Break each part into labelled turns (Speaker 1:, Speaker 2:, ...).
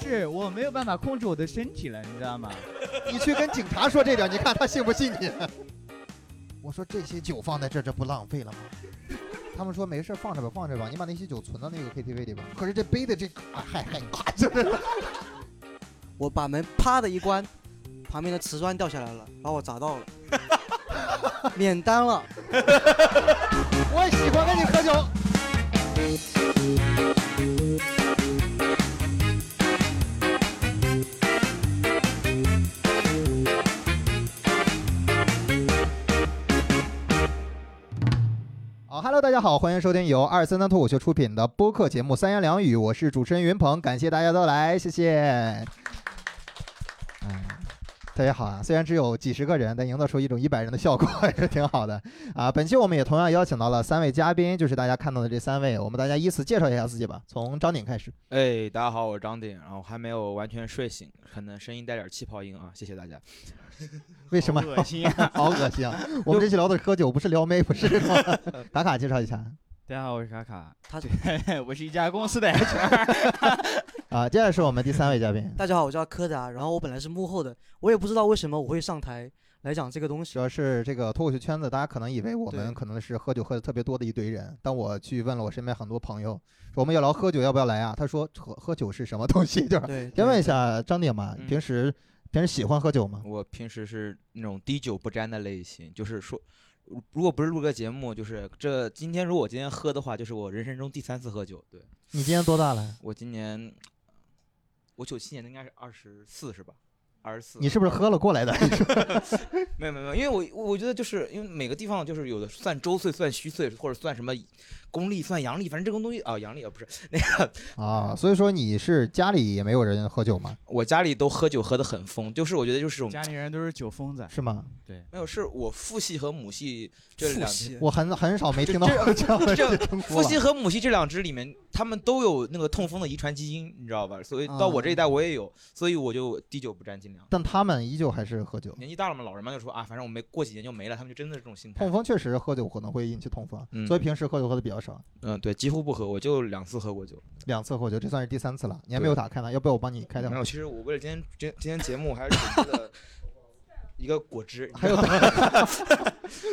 Speaker 1: 是我没有办法控制我的身体了，你知道吗？
Speaker 2: 你去跟警察说这点，你看他信不信你？啊我说这些酒放在这儿，这不浪费了吗？他们说没事，放着吧，放着吧，你把那些酒存到那个 KTV 里吧。可是这杯的这，啊嗨嗨，咔、就是
Speaker 3: 我把门啪的一关，旁边的瓷砖掉下来了，把我砸到了， 免单了。
Speaker 2: 我喜欢跟你喝酒。好哈喽，大家好，欢迎收听由二三三脱口秀出品的播客节目《三言两语》，我是主持人云鹏，感谢大家到来，谢谢。嗯，大家好啊，虽然只有几十个人，但营造出一种一百人的效果 还是挺好的啊。本期我们也同样邀请到了三位嘉宾，就是大家看到的这三位，我们大家依次介绍一下自己吧，从张鼎开始。
Speaker 4: 哎，大家好，我是张鼎，然后还没有完全睡醒，可能声音带点气泡音啊，谢谢大家。
Speaker 2: 为什么？
Speaker 1: 好恶心 啊
Speaker 2: 好恶 心啊！我们这期聊的是喝酒，不是撩妹，不是吗？卡卡介绍一下
Speaker 1: 大家好，我是卡卡，
Speaker 3: 他
Speaker 1: 对 我是一家公司的
Speaker 2: 啊。接下来是我们第三位嘉宾，
Speaker 3: 大家好，我叫柯达，然后我本来是幕后的，我也不知道为什么我会上台来讲这个东 西
Speaker 2: 主。要是这个脱口秀圈子，大家可能以为我们
Speaker 3: 对
Speaker 2: 可能是喝酒喝的特别多的一堆人，但我去问了我身边很多朋友，说我们要聊喝酒，要不要来啊？他说喝喝酒是什么东西？ 就是
Speaker 3: 对，
Speaker 2: 先
Speaker 3: 对
Speaker 2: 问一下张姐嘛，
Speaker 4: 嗯
Speaker 2: 平时平时喜欢喝酒吗？
Speaker 4: 我平时是那种滴酒不沾的类型，就是说，如果不是录个节目，就是这今天如果我今天喝的话，就是我人生中第三次喝酒。对
Speaker 2: 你今年多大了？
Speaker 4: 我今年，我九七年的应该是二十四是吧？二十四。
Speaker 2: 你是不是喝了过来的？
Speaker 4: 没有没有，没有，因为我我我觉得就是因为每个地方就是有的算周岁、算虚岁，或者算什么公历、算阳历，反正这种东西啊，阳历啊不是那个，
Speaker 2: 啊，所以说你是家里也没有人喝酒吗？
Speaker 4: 我家里都喝酒喝得很疯，就是我觉得就是这种
Speaker 1: 家里人都是酒疯子。
Speaker 2: 是吗？
Speaker 4: 没有，是我父系和母系 这
Speaker 3: 复
Speaker 4: 两
Speaker 3: 习，
Speaker 2: 我很很少没听到
Speaker 4: 这
Speaker 2: 这样的
Speaker 4: 这
Speaker 2: 称呼
Speaker 4: 父
Speaker 2: 了。
Speaker 4: 系和母系这两只里面，他们都有那个痛风的遗传基因，你知道吧？所以
Speaker 2: 嗯
Speaker 4: 到我这一代我也有，所以我就滴酒不沾，尽量。
Speaker 2: 但他们依旧还是喝酒。
Speaker 4: 年纪大了嘛，老人嘛就说啊，反正我没过几年就没了，他们就真的是这种心态
Speaker 2: 痛。风确实喝酒可能会引起痛风，
Speaker 4: 嗯
Speaker 2: 所以平时喝酒喝的比较少，
Speaker 4: 嗯，对，几乎不喝，我就两次喝过酒。
Speaker 2: 两次喝酒，这算是第三次了。你还没
Speaker 4: 对
Speaker 2: 有打开呢，要不要我帮你开掉
Speaker 4: 没？有，其实我为了今天今今天节目，我还是准备了一个果汁，
Speaker 2: 还有，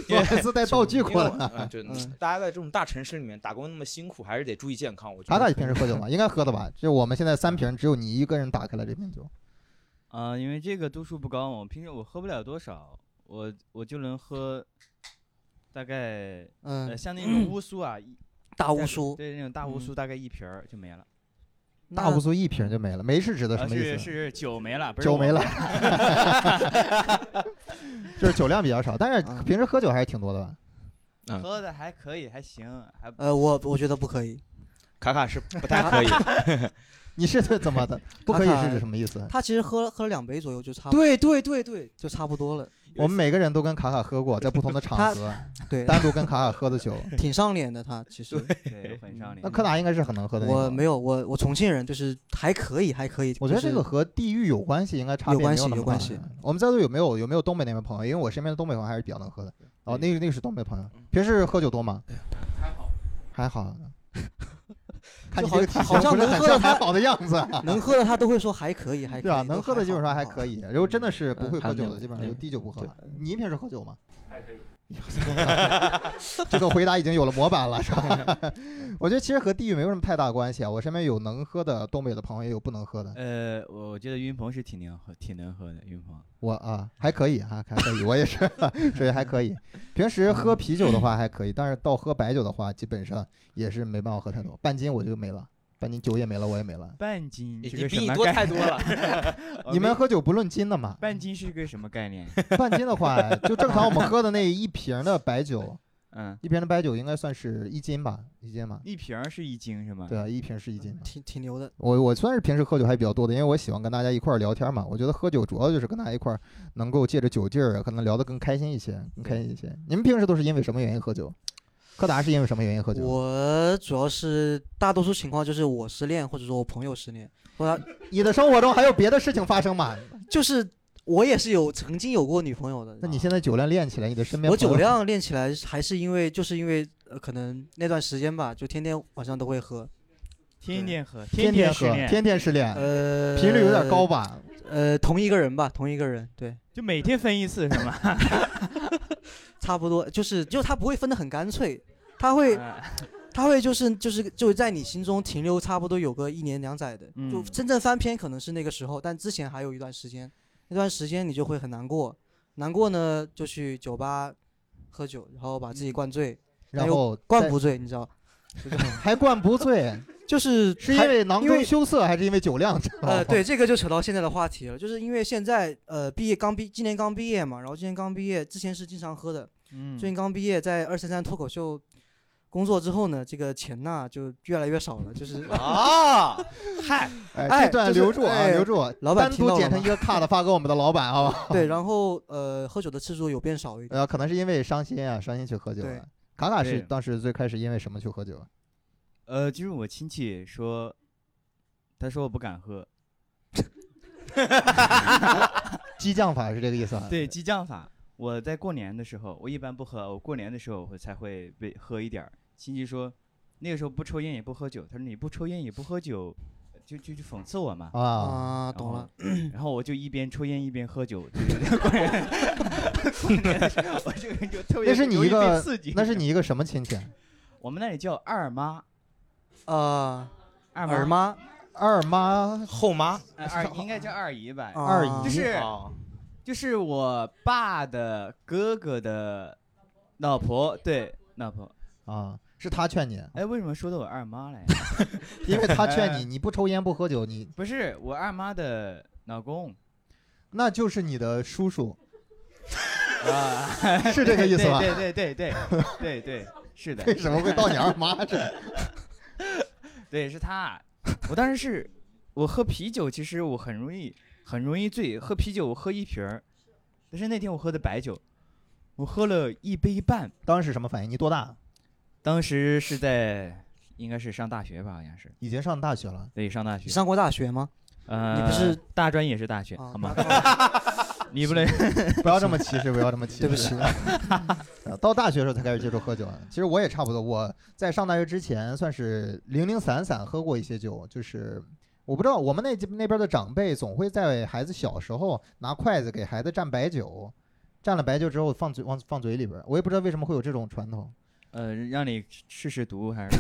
Speaker 4: 因
Speaker 2: 我
Speaker 4: 为
Speaker 2: 还自带道具
Speaker 4: 因为
Speaker 2: 过
Speaker 4: 我
Speaker 2: 来呢。
Speaker 4: 嗯就
Speaker 3: 嗯
Speaker 4: 大家在这种大城市里面打工那么辛苦，还是得注意健康。我觉
Speaker 2: 卡
Speaker 4: 得
Speaker 2: 卡平时喝酒吗？应该喝的吧？就我们现在三瓶，只有你一个人打开了这瓶酒。
Speaker 1: 啊、因为这个度数不高嘛，我平时我喝不了多少，我我就能喝，大概呃
Speaker 3: 嗯，
Speaker 1: 像那种乌苏啊，一
Speaker 3: 大乌苏，
Speaker 1: 对那种大乌苏
Speaker 3: 嗯
Speaker 1: 大概一瓶儿就没了，
Speaker 3: 那
Speaker 2: 大乌苏一瓶就没了，没是指的
Speaker 1: 啊
Speaker 2: 什么
Speaker 1: 是
Speaker 2: 意思？
Speaker 1: 是酒没了，不是
Speaker 2: 酒
Speaker 1: 我
Speaker 2: 没了， 就是酒量比较少，但是
Speaker 3: 嗯
Speaker 2: 平时喝酒还是挺多的吧？
Speaker 4: 嗯
Speaker 1: 喝的还可以，还行，还
Speaker 3: 呃，我我觉得不可以。
Speaker 4: 卡卡是不太可以。
Speaker 2: 你是怎么 的？不可以
Speaker 3: 卡卡
Speaker 2: 是指什么意思？
Speaker 3: 他其实喝了喝了两杯左右就差不
Speaker 4: 对对对对，
Speaker 3: 就差不 多了，
Speaker 2: 我们每个人都跟卡卡喝过，在不 同的场
Speaker 3: 他
Speaker 2: 合，
Speaker 3: 对，
Speaker 2: 单独跟卡卡喝的 酒。
Speaker 3: 挺上脸的他其实。
Speaker 1: 对很上脸
Speaker 2: 呃嗯那。柯达应该是很能喝的那种。
Speaker 3: 我没有，我我重庆人，就是还可以，还可以。
Speaker 2: 我觉得这
Speaker 3: 就
Speaker 2: 个
Speaker 3: 是
Speaker 2: 和地域有关系，应该差别
Speaker 3: 有关
Speaker 2: 没
Speaker 3: 系
Speaker 2: 那么
Speaker 3: 有关
Speaker 2: 大
Speaker 3: 系。
Speaker 2: 我们在座有没有有没有东北那边朋友？因为我身边的东北朋友还是比较能喝的。哦，那个那个是东北朋友，
Speaker 3: 嗯
Speaker 2: 平时喝酒多吗？还好，还好。 看你这个体型，
Speaker 3: 好像
Speaker 2: 不是
Speaker 3: 能
Speaker 2: 很
Speaker 3: 喝
Speaker 2: 像
Speaker 3: 的他
Speaker 2: 还好的样子啊，
Speaker 3: 能喝的他都会说还可以，还
Speaker 2: 是
Speaker 3: 可以
Speaker 2: 吧？啊
Speaker 3: 都
Speaker 2: 能喝的基本上还可
Speaker 3: 以。
Speaker 2: 以，然后真的是不
Speaker 3: 嗯
Speaker 2: 会喝
Speaker 4: 还
Speaker 2: 酒
Speaker 4: 没
Speaker 2: 的，
Speaker 4: 有
Speaker 2: 基本上就
Speaker 4: 对
Speaker 2: 滴酒不喝
Speaker 4: 对
Speaker 2: 了。你平时喝酒吗？还可以。 这个回答已经有了模板了，是吧？ 我觉得其实和地域没有什么太大关系啊。我身边有能喝的东北的朋友，也有不能喝
Speaker 3: 哎
Speaker 2: 的。
Speaker 1: 呃，我觉得云鹏是挺能喝，挺能喝的。云鹏，
Speaker 2: 我啊，还可以啊，还可以，我也是， 所以还可以。平时喝啤酒的话还可以，但是到喝白酒的话，基本上也是没办法喝太多，半斤我就没了，半斤酒也没了，我也没了。
Speaker 1: 半斤
Speaker 4: 已
Speaker 1: 是个
Speaker 4: 经比
Speaker 1: 什
Speaker 4: 你
Speaker 1: 么
Speaker 4: 多
Speaker 1: 概
Speaker 4: 太多了。
Speaker 1: 念？，
Speaker 2: 你们喝酒不论斤的嘛
Speaker 1: 半斤是个什么概 念？
Speaker 2: 半斤的话，就正常我们喝的那一瓶的白酒，
Speaker 1: 嗯，
Speaker 2: 一瓶的白酒应该算是一斤吧，一斤吧。
Speaker 1: 一瓶儿是一斤是吗？
Speaker 2: 对啊，一瓶是一斤嘛。
Speaker 3: 挺挺牛的，
Speaker 2: 我我算是平时喝酒还比较多的，因为我喜欢跟大家一块儿聊天嘛。我觉得喝酒主要就是跟大家一块儿能够借着酒劲儿，可能聊得更开心一些，更开心一些。你们平时都是因为什么原因喝酒？柯达是因为什么原因喝酒？
Speaker 3: 我主要是大多数情况就是我失恋，或者说我朋友失恋，或者
Speaker 2: 你的生活中还有别的事情发生吗？
Speaker 3: 就是我也是有曾经有过女朋友的。啊
Speaker 2: 那你现在酒量练起来，你的身边
Speaker 3: 我
Speaker 2: 朋友
Speaker 3: 酒量练起来还是因为就是因为呃可能那段时间吧，就天天晚上都会喝，
Speaker 1: 天天喝，
Speaker 2: 天
Speaker 1: 天
Speaker 2: 喝
Speaker 1: 失，恋，
Speaker 2: 天天失恋，
Speaker 3: 呃，
Speaker 2: 啊频率有点高，吧？
Speaker 3: 呃，同一个人吧，同一个人，对，
Speaker 1: 就每天分一次是 吗？
Speaker 3: 差不多，就是就他不会分得很干脆，他会
Speaker 1: 哎
Speaker 3: 他会就是就是就在你心中停留差不多有个一年两载的，
Speaker 1: 嗯
Speaker 3: 就真正翻篇可能是那个时候，但之前还有一段时间，那段时间你就会很难过，难过呢就去酒吧喝酒，然后把自己灌醉，
Speaker 2: 然后
Speaker 3: 灌
Speaker 2: 再
Speaker 3: 不醉，你知道，
Speaker 2: 还灌不醉，
Speaker 3: 就是
Speaker 2: 是因
Speaker 3: 还
Speaker 2: 为哦囊
Speaker 3: 因为
Speaker 2: 中羞涩，还是因为酒量？
Speaker 3: 呃，对，，这个就扯到现在的话题了，就是因为现在呃毕业刚毕，今年刚毕业嘛，然后今年刚毕业，之前是经常喝的，
Speaker 1: 嗯
Speaker 3: 最近刚毕业，在二三三脱口秀工作之后呢，这个钱呐就越来越少 了，就是
Speaker 4: 啊，
Speaker 1: 嗨，
Speaker 2: 哎，
Speaker 3: 哎
Speaker 2: 这段
Speaker 3: 就是
Speaker 2: 留住啊，
Speaker 3: 哎
Speaker 2: 留住，
Speaker 3: 老板
Speaker 2: 单
Speaker 3: 听
Speaker 2: 独
Speaker 3: 到
Speaker 2: 剪
Speaker 3: 了
Speaker 2: 成一
Speaker 3: 吗
Speaker 2: 个 cut 发给我们的老板，好吧？
Speaker 3: 对，然后呃喝酒的次数有变少一点，
Speaker 2: 呃，可能是因为伤心啊，伤心去喝酒
Speaker 3: 对
Speaker 2: 了。卡卡是
Speaker 1: 对
Speaker 2: 当时最开始因为什么去喝酒？啊
Speaker 1: 呃，就是我亲戚说，他说我不敢喝，
Speaker 2: 激将法是这个意思啊？
Speaker 1: 对，激将法。呃我在过年的时候，我一般不喝，我过年的时候我才会被喝一点儿。亲戚说，那个时候不抽烟也不喝酒，他说你不抽烟也不喝酒，就就就讽刺我嘛。
Speaker 2: 啊，
Speaker 3: 啊，
Speaker 1: 然
Speaker 3: 懂
Speaker 1: 后
Speaker 3: 了，。
Speaker 1: 然后我就一边抽烟一边喝酒，就是那 个过年过年的时候我这个人就特别
Speaker 2: 那是你
Speaker 1: 容
Speaker 2: 一
Speaker 1: 易被
Speaker 2: 个
Speaker 1: 刺激。
Speaker 2: 那是你一个什么亲戚？啊
Speaker 1: 我们那里叫二妈，
Speaker 2: 哦
Speaker 3: 呃，
Speaker 1: 二
Speaker 3: 耳妈，
Speaker 2: 二妈
Speaker 4: 后妈
Speaker 1: 呃二 应该叫二姨吧，
Speaker 2: 二姨
Speaker 3: 啊
Speaker 1: 就是
Speaker 4: 啊，
Speaker 1: 就是我爸的哥哥的老婆，对，老婆。
Speaker 2: 啊，是他劝 你，
Speaker 1: 哎，为什么说的我二妈 来？
Speaker 2: 因为他劝
Speaker 1: 哎
Speaker 2: 你，你不抽烟不喝酒，你
Speaker 1: 不是我二妈的老公
Speaker 2: 那就是你的叔 叔，
Speaker 1: 啊，
Speaker 2: 是这个意思吧？
Speaker 1: 对对对对对对对，是的，
Speaker 2: 为什么会到你二妈这？
Speaker 1: 对，是他。我当时是，我喝啤酒，其实我很容易很容易醉，喝啤酒我喝一瓶儿，但是那天我喝的白酒，我喝了一杯半。
Speaker 2: 当时什么反应？你多大？
Speaker 1: 当时是在应该是上大学吧，好像是
Speaker 2: 已经上大学了。
Speaker 1: 对上大
Speaker 3: 你
Speaker 1: 学。
Speaker 3: 上过大学吗？
Speaker 1: 呃，
Speaker 3: 你不是
Speaker 1: 大专也是大学
Speaker 3: 啊
Speaker 1: 好，吗？
Speaker 3: 那
Speaker 1: 你不能
Speaker 2: 不要这么歧视，不要这么歧视。
Speaker 3: 对不 起，
Speaker 2: 呃到大学的时候才开始接触喝酒啊。其实我也差不多，我在上大学之前算是零零散散喝过一些酒，就是我不知道我们那那边的长辈总会在孩子小时候拿筷子给孩子蘸白酒，蘸了白酒之后放嘴往放嘴里边儿，我也不知道为什么会有这种传统，
Speaker 1: 呃，让你试试毒还是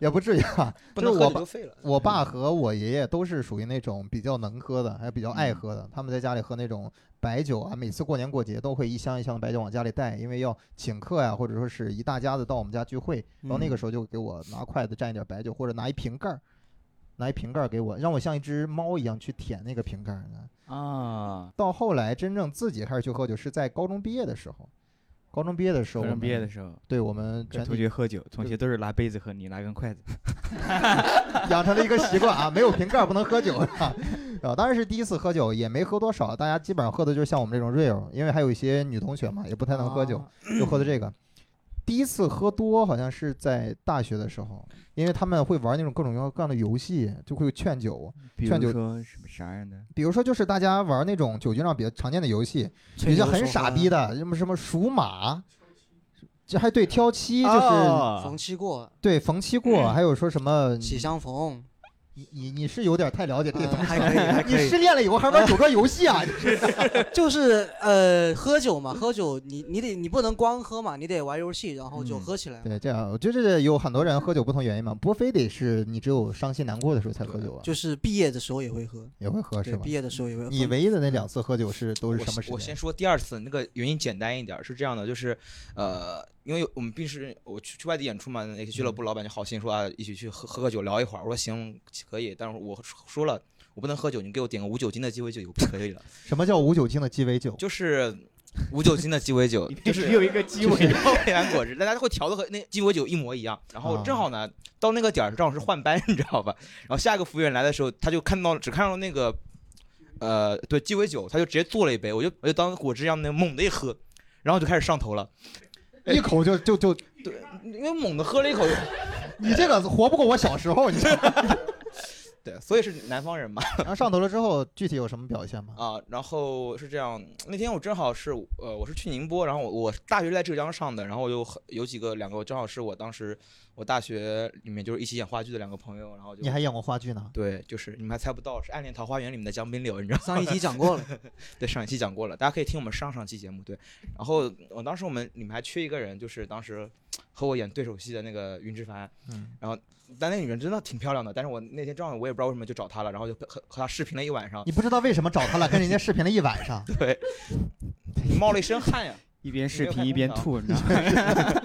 Speaker 2: 也不至于啊。
Speaker 4: 不
Speaker 2: 就
Speaker 4: 能
Speaker 2: 是
Speaker 4: 喝
Speaker 2: 我
Speaker 4: 酒
Speaker 2: 爸
Speaker 4: 就废了。
Speaker 2: 我爸和我爷爷都是属于那种比较能喝的，还比较爱喝的。他们在家里喝那种白酒啊，每次过年过节都会一箱一箱的白酒往家里带，因为要请客呀、或者说是一大家子到我们家聚会。然后那
Speaker 1: 嗯
Speaker 2: 个时候就给我拿筷子蘸一点白酒，或者拿一瓶盖儿，拿一瓶盖儿给我，让我像一只猫一样去舔那个瓶盖儿呢。
Speaker 1: 啊？
Speaker 2: 到后来真正自己开始去喝酒是在高中毕业的时候，高中毕业的时候
Speaker 1: 高
Speaker 2: 我
Speaker 1: 中毕
Speaker 2: 们，
Speaker 1: 业的时候，
Speaker 2: 对我们
Speaker 1: 跟
Speaker 2: 全
Speaker 1: 同
Speaker 2: 体
Speaker 1: 学喝酒，同学都是拿杯子喝，你拿根筷子。
Speaker 2: 养成了一个 习惯啊，没有瓶盖儿不能喝酒啊。啊，当然是第一次喝酒，也没喝多少，大家基本上喝的就是像我们这种 real，因为还有一些女同学嘛，也不太能喝
Speaker 1: 哦
Speaker 2: 酒，
Speaker 3: 啊
Speaker 2: 就喝的这个。第一次喝多好像是在大学的时候，因为他们会玩那种各种各样的游戏，就会劝酒，
Speaker 1: 比
Speaker 2: 劝
Speaker 1: 如
Speaker 2: 酒
Speaker 1: 说什么啥样的？
Speaker 2: 比如说就是大家玩那种酒局上比较常见的游戏，有
Speaker 3: 吹
Speaker 2: 些
Speaker 3: 牛
Speaker 2: 很
Speaker 3: 说
Speaker 2: 傻
Speaker 3: 话
Speaker 2: 逼，的，什么什么属马，这还对挑七，就是、
Speaker 4: 啊
Speaker 3: 逢七过，
Speaker 2: 对逢七过，
Speaker 3: 嗯
Speaker 2: 还有说什么
Speaker 3: 喜 相逢，
Speaker 2: 你你你是有点太了解这个
Speaker 3: 呃
Speaker 2: 东西
Speaker 3: 还可以，还
Speaker 2: 你
Speaker 3: 可以，嗯
Speaker 2: 失恋了以后还玩酒桌游戏 啊？
Speaker 3: 就是呃喝酒嘛，喝酒你你得你不能光喝嘛，你得玩游戏，然后就
Speaker 2: 嗯
Speaker 3: 喝起来嘛，
Speaker 2: 对，这样我觉得这有很多人喝酒不同原因嘛，不非得是你只有伤心难过的时候才喝酒啊，
Speaker 3: 就是毕业的时候也会喝，
Speaker 2: 也会喝啊
Speaker 3: 对，
Speaker 2: 是吧
Speaker 3: 毕？业的时候也会喝。
Speaker 2: 你唯一的那两次喝酒是都
Speaker 4: 我
Speaker 2: 是什么
Speaker 4: 先
Speaker 2: 时
Speaker 4: 我
Speaker 2: 间
Speaker 4: 先？说第二次，那个原因简单一点儿，是这样的，就是，呃，因为我们平时我去去外地演出嘛，那个俱乐
Speaker 2: 嗯
Speaker 4: 部老板就好心说啊，一起去喝喝个酒聊一会儿。我说行，可以，但是我说了我不能喝酒，你给我点个无酒精的鸡尾酒就可以了，
Speaker 2: 什么叫无酒精的鸡尾酒？
Speaker 4: 就是无酒精的鸡 尾酒，就是
Speaker 1: 只有一个鸡尾。
Speaker 4: 配完果汁，大家会调的和那鸡尾酒一模一样。然后正好呢，到那个点儿正好是换班，你知道吧？然后下一个服务员来的时候，他就看到只看到那个，呃，对鸡尾酒，他就直接做了一杯，我就我就当果汁一样那猛的一喝，然后就开始上头了，
Speaker 2: 一口就就就，
Speaker 4: 因为猛的喝了一口，
Speaker 2: 你这个活不过我小时候，你知道吗
Speaker 4: 对，所以是南方人嘛。
Speaker 2: 然后上头了之后，具体有什么表现吗？
Speaker 4: 啊，然后是这样，那天我正好是呃，我是去宁波，然后我我大学是在浙江上的，然后我有很有几个两个正好是我当时我大学里面就是一起演话剧的两个朋友，然后就
Speaker 2: 你还演过话剧呢？
Speaker 4: 对，就是你们还猜不到是《暗恋桃花源》里面的江滨柳，你知道吗？
Speaker 3: 上一集讲过 了，
Speaker 4: 对，上一期讲过了，大家可以听我们上上期节目。对，然后我当时我们里面还缺一个人，就是当时和我演对手戏的那个云之凡，
Speaker 2: 嗯，
Speaker 4: 但那女人真的挺漂亮的，但是我那天正好我也不知道为什么就找她了，然后就和和她视频了一晚上，
Speaker 2: 你不知道为什么找他了，跟人家视频了一晚 上。
Speaker 4: 对，冒了一身 汗呀。
Speaker 1: 一边视
Speaker 4: 没有
Speaker 1: 频
Speaker 4: 看
Speaker 1: 一边
Speaker 4: 空调
Speaker 1: 吐，你知道吗？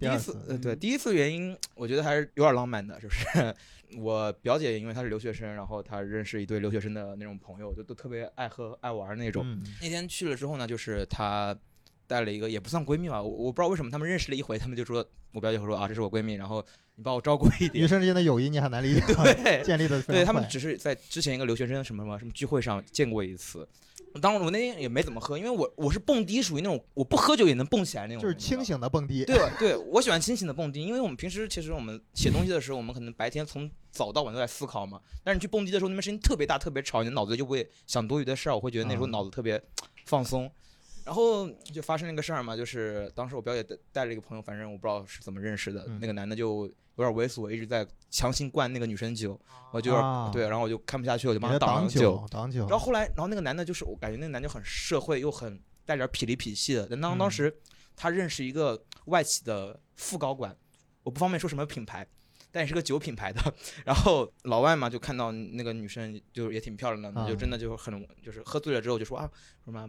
Speaker 4: 第
Speaker 2: 二
Speaker 4: 一
Speaker 2: 次嗯
Speaker 4: 次，呃，对，第一次原因，我觉得还是有点浪漫的，就是 我表姐，因为她是留学生，然后她认识一堆留学生的那种朋友，就都特别爱喝爱玩那种。
Speaker 2: 嗯，
Speaker 4: 那天去了之后呢，就是她带了一个也不算闺蜜吧，我我不知道为什么他们认识了一回，他们就说我表姐会说啊，这是我闺蜜，然后你帮我照顾一
Speaker 2: 女
Speaker 4: 点。
Speaker 2: 生之间的友谊你很难理解，
Speaker 4: 对，
Speaker 2: 建立的
Speaker 4: 对他们只是在之前一个留学生什么什么什么聚会上见过一次。当时我那天也没怎么喝，因为我我是蹦迪，属于那种我不喝酒也能蹦起来那种，
Speaker 2: 就是
Speaker 4: 你知道
Speaker 2: 清醒的蹦迪。
Speaker 4: 对对，我喜欢清醒的蹦迪，因为我们平时其实我们写东西的时候，我们可能白天从早到晚都在思考嘛。但是你去蹦迪的时候，那边声音特别大，特别吵，你的脑子就不会想多余的事儿。我会觉得那时候
Speaker 2: 嗯
Speaker 4: 脑子特别放松。然后就发生了一个事儿嘛，就是当时我表姐带带了一个朋友，反正我不知道是怎么认识的，
Speaker 2: 嗯
Speaker 4: 那个男的就有点猥琐，一直在强行灌那个女生酒，我就有点、
Speaker 2: 啊
Speaker 4: 对，然后我就看不下去，我就
Speaker 2: 给
Speaker 4: 帮
Speaker 2: 他
Speaker 4: 他挡
Speaker 2: 挡
Speaker 4: 了酒。
Speaker 2: 酒，挡酒
Speaker 4: 然后。后来，然后那个男的就是我感觉那个男的很社会，又很带点痞里痞气的。但当
Speaker 2: 嗯
Speaker 4: 当时他认识一个外企的副高管，我不方便说什么品牌，但也是个酒品牌的。 然后老外嘛，就看到那个女生就也挺漂亮的，
Speaker 2: 啊
Speaker 4: 就真的就很就是喝醉了之后就说啊什么。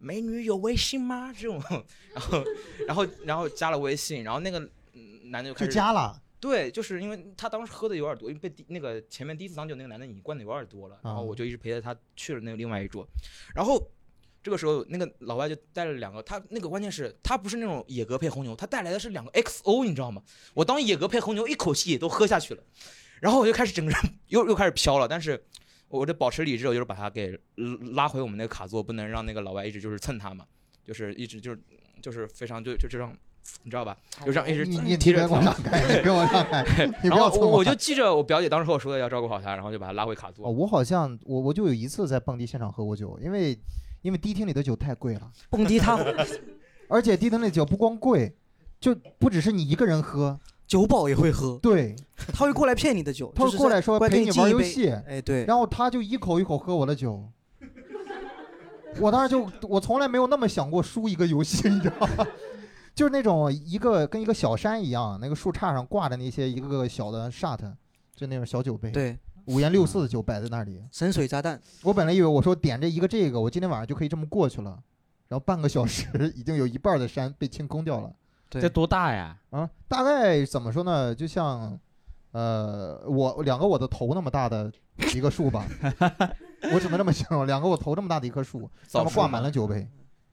Speaker 4: 美女有微信吗？这种， 然后，然后，然后加了微信，然后那个嗯男的就
Speaker 2: 就
Speaker 4: 开始
Speaker 2: 加了，
Speaker 4: 对，就是因为他当时喝的有点多，因为被第那个前面第一次挡酒那个男的已经灌的有点多了，然后
Speaker 2: 啊
Speaker 4: 我就一直陪着他去了那个另外一桌，然后这个时候那个老外就带了两个，他那个关键是他不是那种野格配红牛，他带来的是两个 XO，你知道吗？我当野格配红牛一口气也都喝下去了，然后我就开始整个人 又又开始飘了，但是。我这保持理智，我就是把他给拉回我们那个卡座，不能让那个老外一直就是蹭他嘛，就是一直就是就是非常就就这样，你知道吧？
Speaker 3: 哎
Speaker 4: 就这样一直
Speaker 2: 你你
Speaker 4: 提着
Speaker 2: 别给我
Speaker 4: 跳
Speaker 2: 让开，你别给我让 开，你不
Speaker 4: 然
Speaker 2: 要
Speaker 4: 后
Speaker 2: 蹭
Speaker 4: 我我
Speaker 2: 就
Speaker 4: 就记着我表姐当时和我说的要照顾好她，然后就把她拉回卡座。
Speaker 2: 哦我好像我我就有一次在蹦迪现场喝过酒，因为因为迪厅里的酒太贵了，
Speaker 3: 蹦迪他
Speaker 2: 而且迪厅里的酒不光贵，就不只是你一个人喝，
Speaker 3: 酒保也会喝，
Speaker 2: 对，
Speaker 3: 他会过来骗你的酒，
Speaker 2: 他
Speaker 3: 就是
Speaker 2: 会过
Speaker 3: 在
Speaker 2: 来说
Speaker 3: 过来
Speaker 2: 陪
Speaker 3: 给
Speaker 2: 你
Speaker 3: 敬
Speaker 2: 玩
Speaker 3: 一
Speaker 2: 游
Speaker 3: 杯
Speaker 2: 戏，
Speaker 3: 哎，对，
Speaker 2: 然后他就一口一口喝我的酒。我当时就，我从来没有那么想过输一个游戏，你知道吗？就是那种一个跟一个小山一样，那个树杈上挂着那些一个个小的 shot，就那种小酒杯，
Speaker 3: 对，
Speaker 2: 五颜六色的酒摆在那里。
Speaker 3: 神水炸弹，
Speaker 2: 我本来以为我说点这一个这个，我今天晚上就可以这么过去了，然后半个小时 已经有一半的山被清空掉了
Speaker 3: 对
Speaker 1: 这多大呀？
Speaker 2: 啊！大概怎么说呢？就像，呃，我两个我的头那么大的一个树吧， 我只能这么形容，两个我头这么大的一棵树，
Speaker 4: 早
Speaker 2: 上面
Speaker 4: 熟
Speaker 2: 挂
Speaker 4: 嘛
Speaker 2: 满 了酒杯，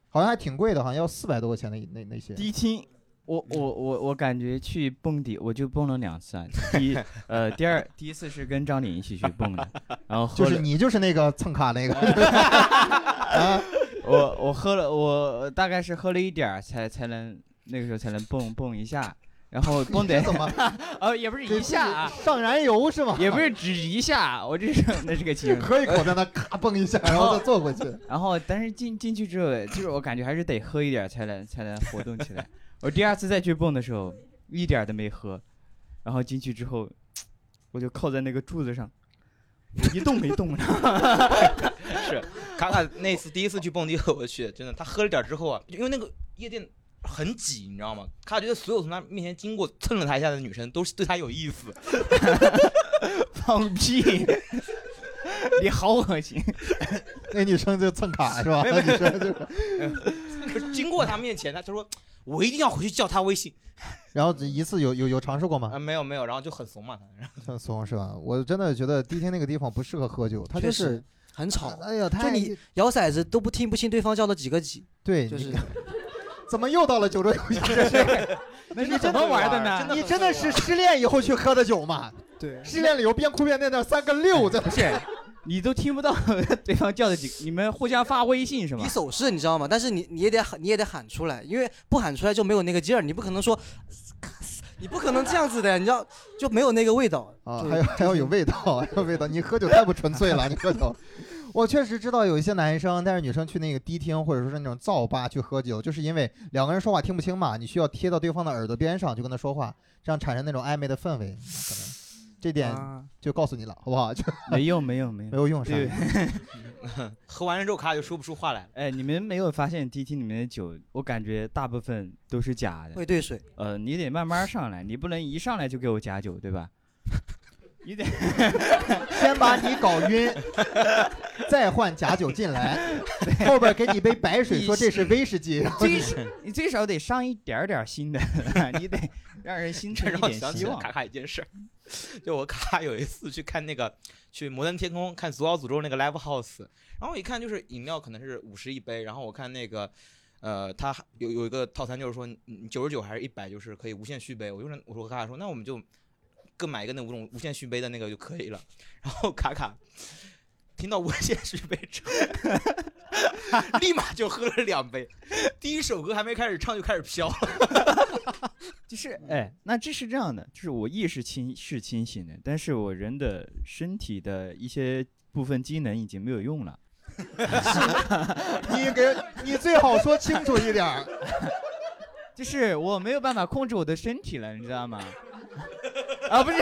Speaker 2: 好像还挺贵的，好像要四百多块钱的那那些。
Speaker 1: 迪厅，我我我我感觉去蹦迪，我就蹦了两次啊。第一，呃，第二，第一次是跟张琳一起去蹦的，然后喝
Speaker 2: 就
Speaker 1: 了，
Speaker 2: 是你就是那个蹭卡 那个啊，
Speaker 1: 我我喝了，我大概是喝了一点儿才才能那个时候才能蹦蹦一下，然后蹦得
Speaker 2: 怎么
Speaker 1: 呃也不是
Speaker 2: 这
Speaker 1: 一下啊，
Speaker 2: 上燃油是吗？
Speaker 1: 也不是只一下，我这是那是个情况。
Speaker 2: 喝一口在那咔蹦一下，然后再坐回去。
Speaker 1: 然后，但是进进去之后，就是我感觉还是得喝一点儿才能才能活动起来。我第二次再去蹦的时候，一点儿都没喝，然后进去之后，我就靠在那个柱子上，一动没动。
Speaker 4: 是卡卡那次第一次去蹦迪和我去，真的，他喝了点之后啊，因为那个夜店很挤，你知道吗？卡卡觉得所有从他面前经过蹭了他一下的女生都是对他有意思，
Speaker 1: 放 屁！你好恶心！
Speaker 2: 那女生就蹭卡是吧？那女生就，
Speaker 4: 就是经过他面前，他他说我一定要回去叫他微信
Speaker 2: 然后一次有有有尝试过吗？
Speaker 4: 啊，没有没有，然后就很怂嘛，他
Speaker 1: 嗯
Speaker 2: 很怂是吧？我真的觉得迪厅那个地方不适合喝酒，它就
Speaker 3: 确
Speaker 2: 是
Speaker 3: 实很吵，
Speaker 2: 哎呀，太
Speaker 3: 你摇骰子都不听不清对方叫了几个几，
Speaker 2: 对，
Speaker 3: 就是
Speaker 2: 你怎么又到了酒桌 游戏？
Speaker 1: 那
Speaker 4: 真的
Speaker 1: 是怎
Speaker 4: 很
Speaker 1: 么
Speaker 4: 会
Speaker 1: 玩的
Speaker 4: 玩真
Speaker 1: 呢？
Speaker 4: 的
Speaker 2: 你
Speaker 4: 很
Speaker 2: 真的
Speaker 4: 会
Speaker 2: 是
Speaker 4: 玩
Speaker 2: 失恋以后去喝的酒 吗？
Speaker 3: 对
Speaker 2: 失恋了以后边哭边念那三个六在
Speaker 1: 不是，你都听不到 对方叫的几个，你们互相发微信是吗
Speaker 3: 比？手势你知道吗？但是你你也得喊你也得喊出来，因为不喊出来就没有那个劲儿，你不可能说你不可能这样子的，你知道就没有那个味道
Speaker 2: 啊，
Speaker 3: 就
Speaker 2: 还有还要有味道， 还有味道。你喝酒太不纯粹了，你喝酒。我确实知道有一些男生带着女生去那个迪厅或者说是那种噪吧去喝酒，就是因为两个人说话听不清嘛，你需要贴到对方的耳朵边上就跟他说话，这样产生那种暧昧的氛围。可能这点
Speaker 3: 啊
Speaker 2: 就告诉你了，好不好？就
Speaker 1: 没用没用没
Speaker 2: 没
Speaker 1: 用。
Speaker 2: 有用上。
Speaker 1: 对，
Speaker 4: 喝完了之后，咔就说不出话来了。
Speaker 1: 哎，你们没有发现 DT 里面的酒，我感觉大部分都是假的。
Speaker 3: 会兑水。
Speaker 1: 呃，你得慢慢上来，你不能一上来就给我假酒，对吧？你得
Speaker 2: 先把你搞 晕，再换假酒进 来，后边给你一杯白水，说这是威士忌，然后
Speaker 1: 最少你最少得上一点儿点儿新的， 你得让人心
Speaker 4: 这
Speaker 1: 存一
Speaker 4: 让我
Speaker 1: 点
Speaker 4: 想
Speaker 1: 希
Speaker 4: 起了
Speaker 1: 望。
Speaker 4: 卡卡一件事 儿，就我卡卡有一次去看那个去摩登天空看《左小诅咒》那个 live house，然后我一看就是饮料可能是五十一杯，然后我看那个。呃，他还有有一个套餐，就是说九十九还是一百，就是可以无限续杯。我就是我说我卡卡说，那我们就各买一个那五种无限续杯的那个就可以了。然后卡卡听到无限续杯之后， 立马就喝了两杯，第一首歌还没开始唱就开始飘了。
Speaker 1: 就是哎，那这是这样的，就是我意识清是清醒的，但是我人的身体的一些部分机能已经没有用了。
Speaker 2: 你给你最好说清楚一点儿。
Speaker 1: 就是我没有办法控制我的身体了，你知道吗？啊，不是，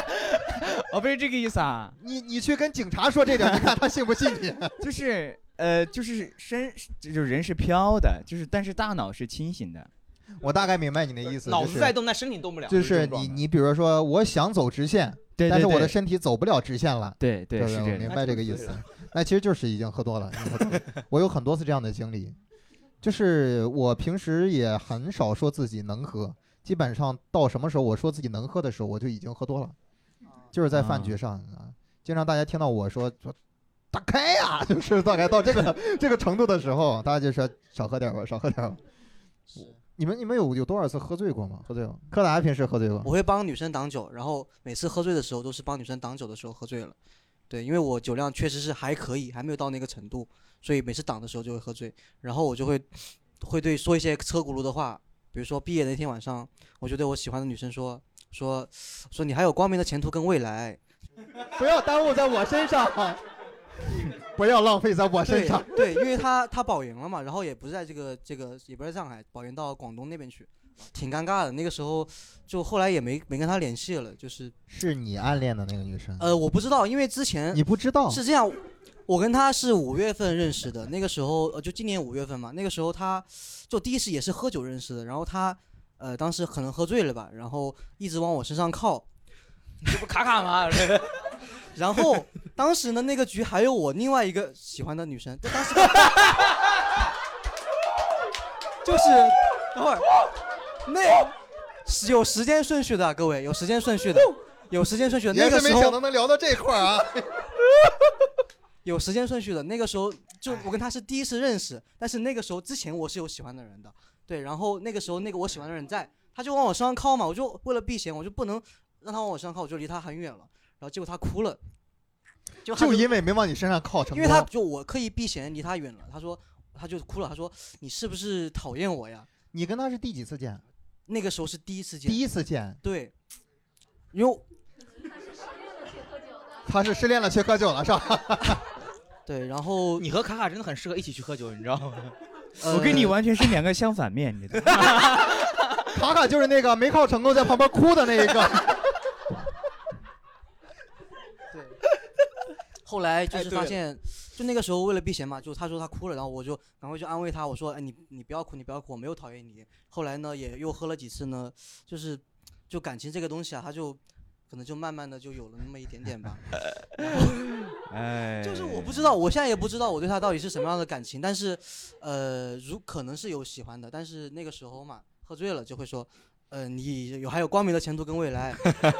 Speaker 1: 我不是这个意思啊，
Speaker 2: 你你去跟警察说这点儿，你看他信不信你？
Speaker 1: 就是呃，就是身，就是人是飘的，就是但是大脑是清醒的。
Speaker 2: 我大概明白你的意思，
Speaker 4: 脑
Speaker 2: 就
Speaker 4: 子
Speaker 2: 是
Speaker 4: 在动，但身体动不了。
Speaker 2: 就
Speaker 4: 这
Speaker 2: 是
Speaker 4: 种状
Speaker 2: 你
Speaker 4: 态
Speaker 2: 你比如说，我想走直线，
Speaker 1: 对对对，
Speaker 2: 但是我的身体走不了直线了。
Speaker 1: 对对
Speaker 2: 对
Speaker 1: 是这
Speaker 2: 不对，我
Speaker 1: 样
Speaker 2: 明
Speaker 1: 的。
Speaker 2: 白这个意思。那其实就是已经喝多了。已经喝多了 我有很多次这样的经历，就是我平时也很少说自己能喝，基本上到什么时候我说自己能喝的时候，我就已经喝多了，就是在饭局上啊，经常大家听到我说说。打开呀、 就是大概到这个这个程度的时候，大家就说少喝点吧，少喝点吧。你们你们有有多少次喝醉过吗？喝醉过？柯达平时喝醉过吗？
Speaker 3: 我会帮女生挡酒，然后每次喝醉的时候都是帮女生挡酒的时候喝醉了。对，因为我酒量确实是还可以，还没有到那个程度，所以每次挡的时候就会喝醉，然后我就会会对说一些车轱辘的话，比如说毕业那天晚上，我就对我喜欢的女生说说说你还有光明的前途跟未来，
Speaker 2: 不要耽误在我身上， 不要浪费在我身
Speaker 3: 对
Speaker 2: 上。
Speaker 3: 对，因为他他保研了嘛，然后也不是在这个这个也不是在上海，保研到广东那边去，挺尴尬的。那个时候就后来也没没跟他联系了，就是
Speaker 2: 是你暗恋的那个女生，
Speaker 3: 呃我不知道，因为之前
Speaker 2: 你不知道
Speaker 3: 是这样，我跟他是五月份认识的，那个时候呃，就今年五月份嘛，那个时候他就第一次也是喝酒认识的，然后他呃当时可能喝醉了吧，然后一直往我身上靠，
Speaker 4: 这不卡卡吗？
Speaker 3: 然后当时呢那个局还有我另外一个喜欢的女生，就当时就是等会儿那是有时间顺序的，各位有时间顺序的。有时间顺序的，那个时候
Speaker 2: 能聊到这块儿 啊！
Speaker 3: 有时间顺序的。那个时候就我跟他是第一次认识，但是那个时候之前我是有喜欢的人的，对。然后那个时候那个我喜欢的人在，他就往我身上靠嘛，我就为了避嫌，我就不能让他往我身上靠，我就离他很远了。然后结果他哭了，就他
Speaker 2: 就因为没往你身上靠成功，
Speaker 3: 因为他就我刻意避嫌离他远了，他说他就哭了，他说你是不是讨厌我呀？
Speaker 2: 你跟他是第几次见？
Speaker 3: 那个时候是第一次见，
Speaker 2: 第一次见，
Speaker 3: 对，因为
Speaker 2: 他是失恋了去喝酒了是吧？
Speaker 3: 对，然后呃
Speaker 4: 你和卡卡真的很适合一起去喝酒，你知道吗？
Speaker 1: 我跟你
Speaker 3: 玩。
Speaker 1: 完全是两个相反面，你的
Speaker 2: 卡卡就是那个没靠成功在旁边哭的那一 个。
Speaker 3: 对。 后来就
Speaker 4: 哎
Speaker 3: 是
Speaker 4: 对
Speaker 3: 发
Speaker 4: 了
Speaker 3: 现，就那个时候为了避嫌嘛，就他说他哭了，然后我就赶快就安慰他，我说：“哎，你你不要哭，你不要哭，我没有讨厌你。”后来呢，也又喝了几次呢，就是就感情这个东西啊，他就可能就慢慢的就有了那么一点点吧。
Speaker 1: 哎，
Speaker 3: 就是我不知道，我现在也不知道我对他到底是什么样的感情，但是，呃，如可能是有喜欢的，但是那个时候嘛，喝醉了就会说，呃，你有还有光明的前途跟未来，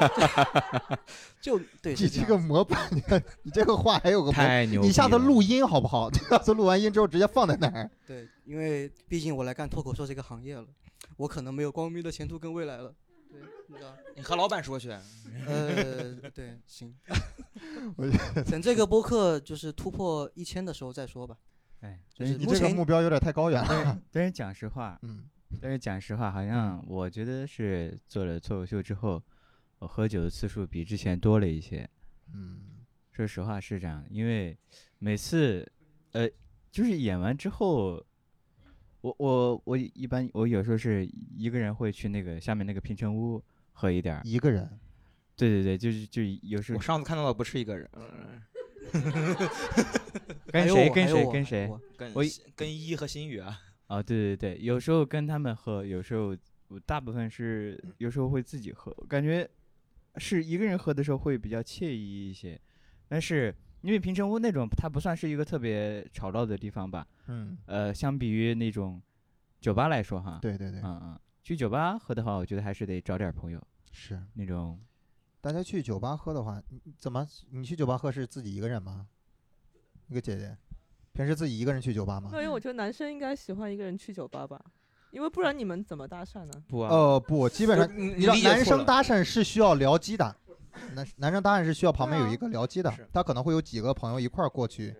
Speaker 3: 就对，
Speaker 2: 你
Speaker 3: 是
Speaker 2: 这
Speaker 3: 样
Speaker 2: 个模板，你看你这个话还有个模板，
Speaker 4: 牛
Speaker 2: 你下次录音好不好？ 下次录完音之后直接放在那儿。
Speaker 3: 对，因为毕竟我来干脱口秀这个行业了，我可能没有光明的前途跟未来了。对，你知道？
Speaker 4: 你和老板说去。
Speaker 3: 呃，对，行
Speaker 2: 我，
Speaker 3: 等这个播客就是突破一千的时候再说吧。
Speaker 1: 哎，
Speaker 3: 就
Speaker 1: 但
Speaker 3: 是
Speaker 1: 是
Speaker 2: 你
Speaker 3: 目
Speaker 2: 这个
Speaker 3: 前
Speaker 2: 目标有点太高远了。
Speaker 1: 但是讲实话，
Speaker 2: 嗯，
Speaker 1: 但是讲实话，好像我觉得是做了脱口秀之后，我喝酒的次数比之前多了一些。
Speaker 2: 嗯，
Speaker 1: 说实话是这样，因为每次，呃，就是演完之后，我我我一般我有时候是一个人会去那个下面那个平成屋喝一点儿。
Speaker 2: 一个人，
Speaker 1: 对对对，就是就有时候
Speaker 4: 我上次看到的不是嗯一个人，
Speaker 1: 跟
Speaker 3: 还有
Speaker 1: 谁
Speaker 3: 我
Speaker 1: 跟
Speaker 3: 还有
Speaker 1: 谁
Speaker 3: 我
Speaker 1: 跟
Speaker 3: 还有
Speaker 1: 谁
Speaker 3: 我
Speaker 4: 跟
Speaker 1: 我
Speaker 4: 跟一和新宇啊，
Speaker 1: 啊，对对对，有时候跟他们喝，有时候我大部分是有时候会自己喝，感觉是一个人喝的时候会比较惬意一些。但是因为平成屋那种它不算是一个特别吵闹的地方吧，
Speaker 2: 嗯，
Speaker 1: 呃，相比于那种酒吧来说哈，
Speaker 2: 对对对，
Speaker 3: 啊
Speaker 1: 嗯嗯，去酒吧喝的话，我觉得还是得找点儿朋友
Speaker 2: 是。
Speaker 1: 那种。
Speaker 2: 大家去酒吧喝的话，你你怎么？你去酒吧喝是自己一个人吗？那个姐姐，平时自己一个人去酒吧吗
Speaker 5: 因？为我觉得男生应该喜欢一个人去酒吧吧，因为不
Speaker 2: 哎
Speaker 5: 然你们怎么搭讪呢？
Speaker 4: 不啊，
Speaker 2: 呃，不，基本上
Speaker 4: 你
Speaker 2: 你
Speaker 4: 你
Speaker 2: 知道
Speaker 4: 理解
Speaker 2: 男
Speaker 4: 错
Speaker 2: 生
Speaker 4: 了
Speaker 2: 搭讪是需要聊机的，男男生搭讪是需要旁边有一个聊机的
Speaker 4: 是，
Speaker 2: 他可能会有几个朋友一块儿过去，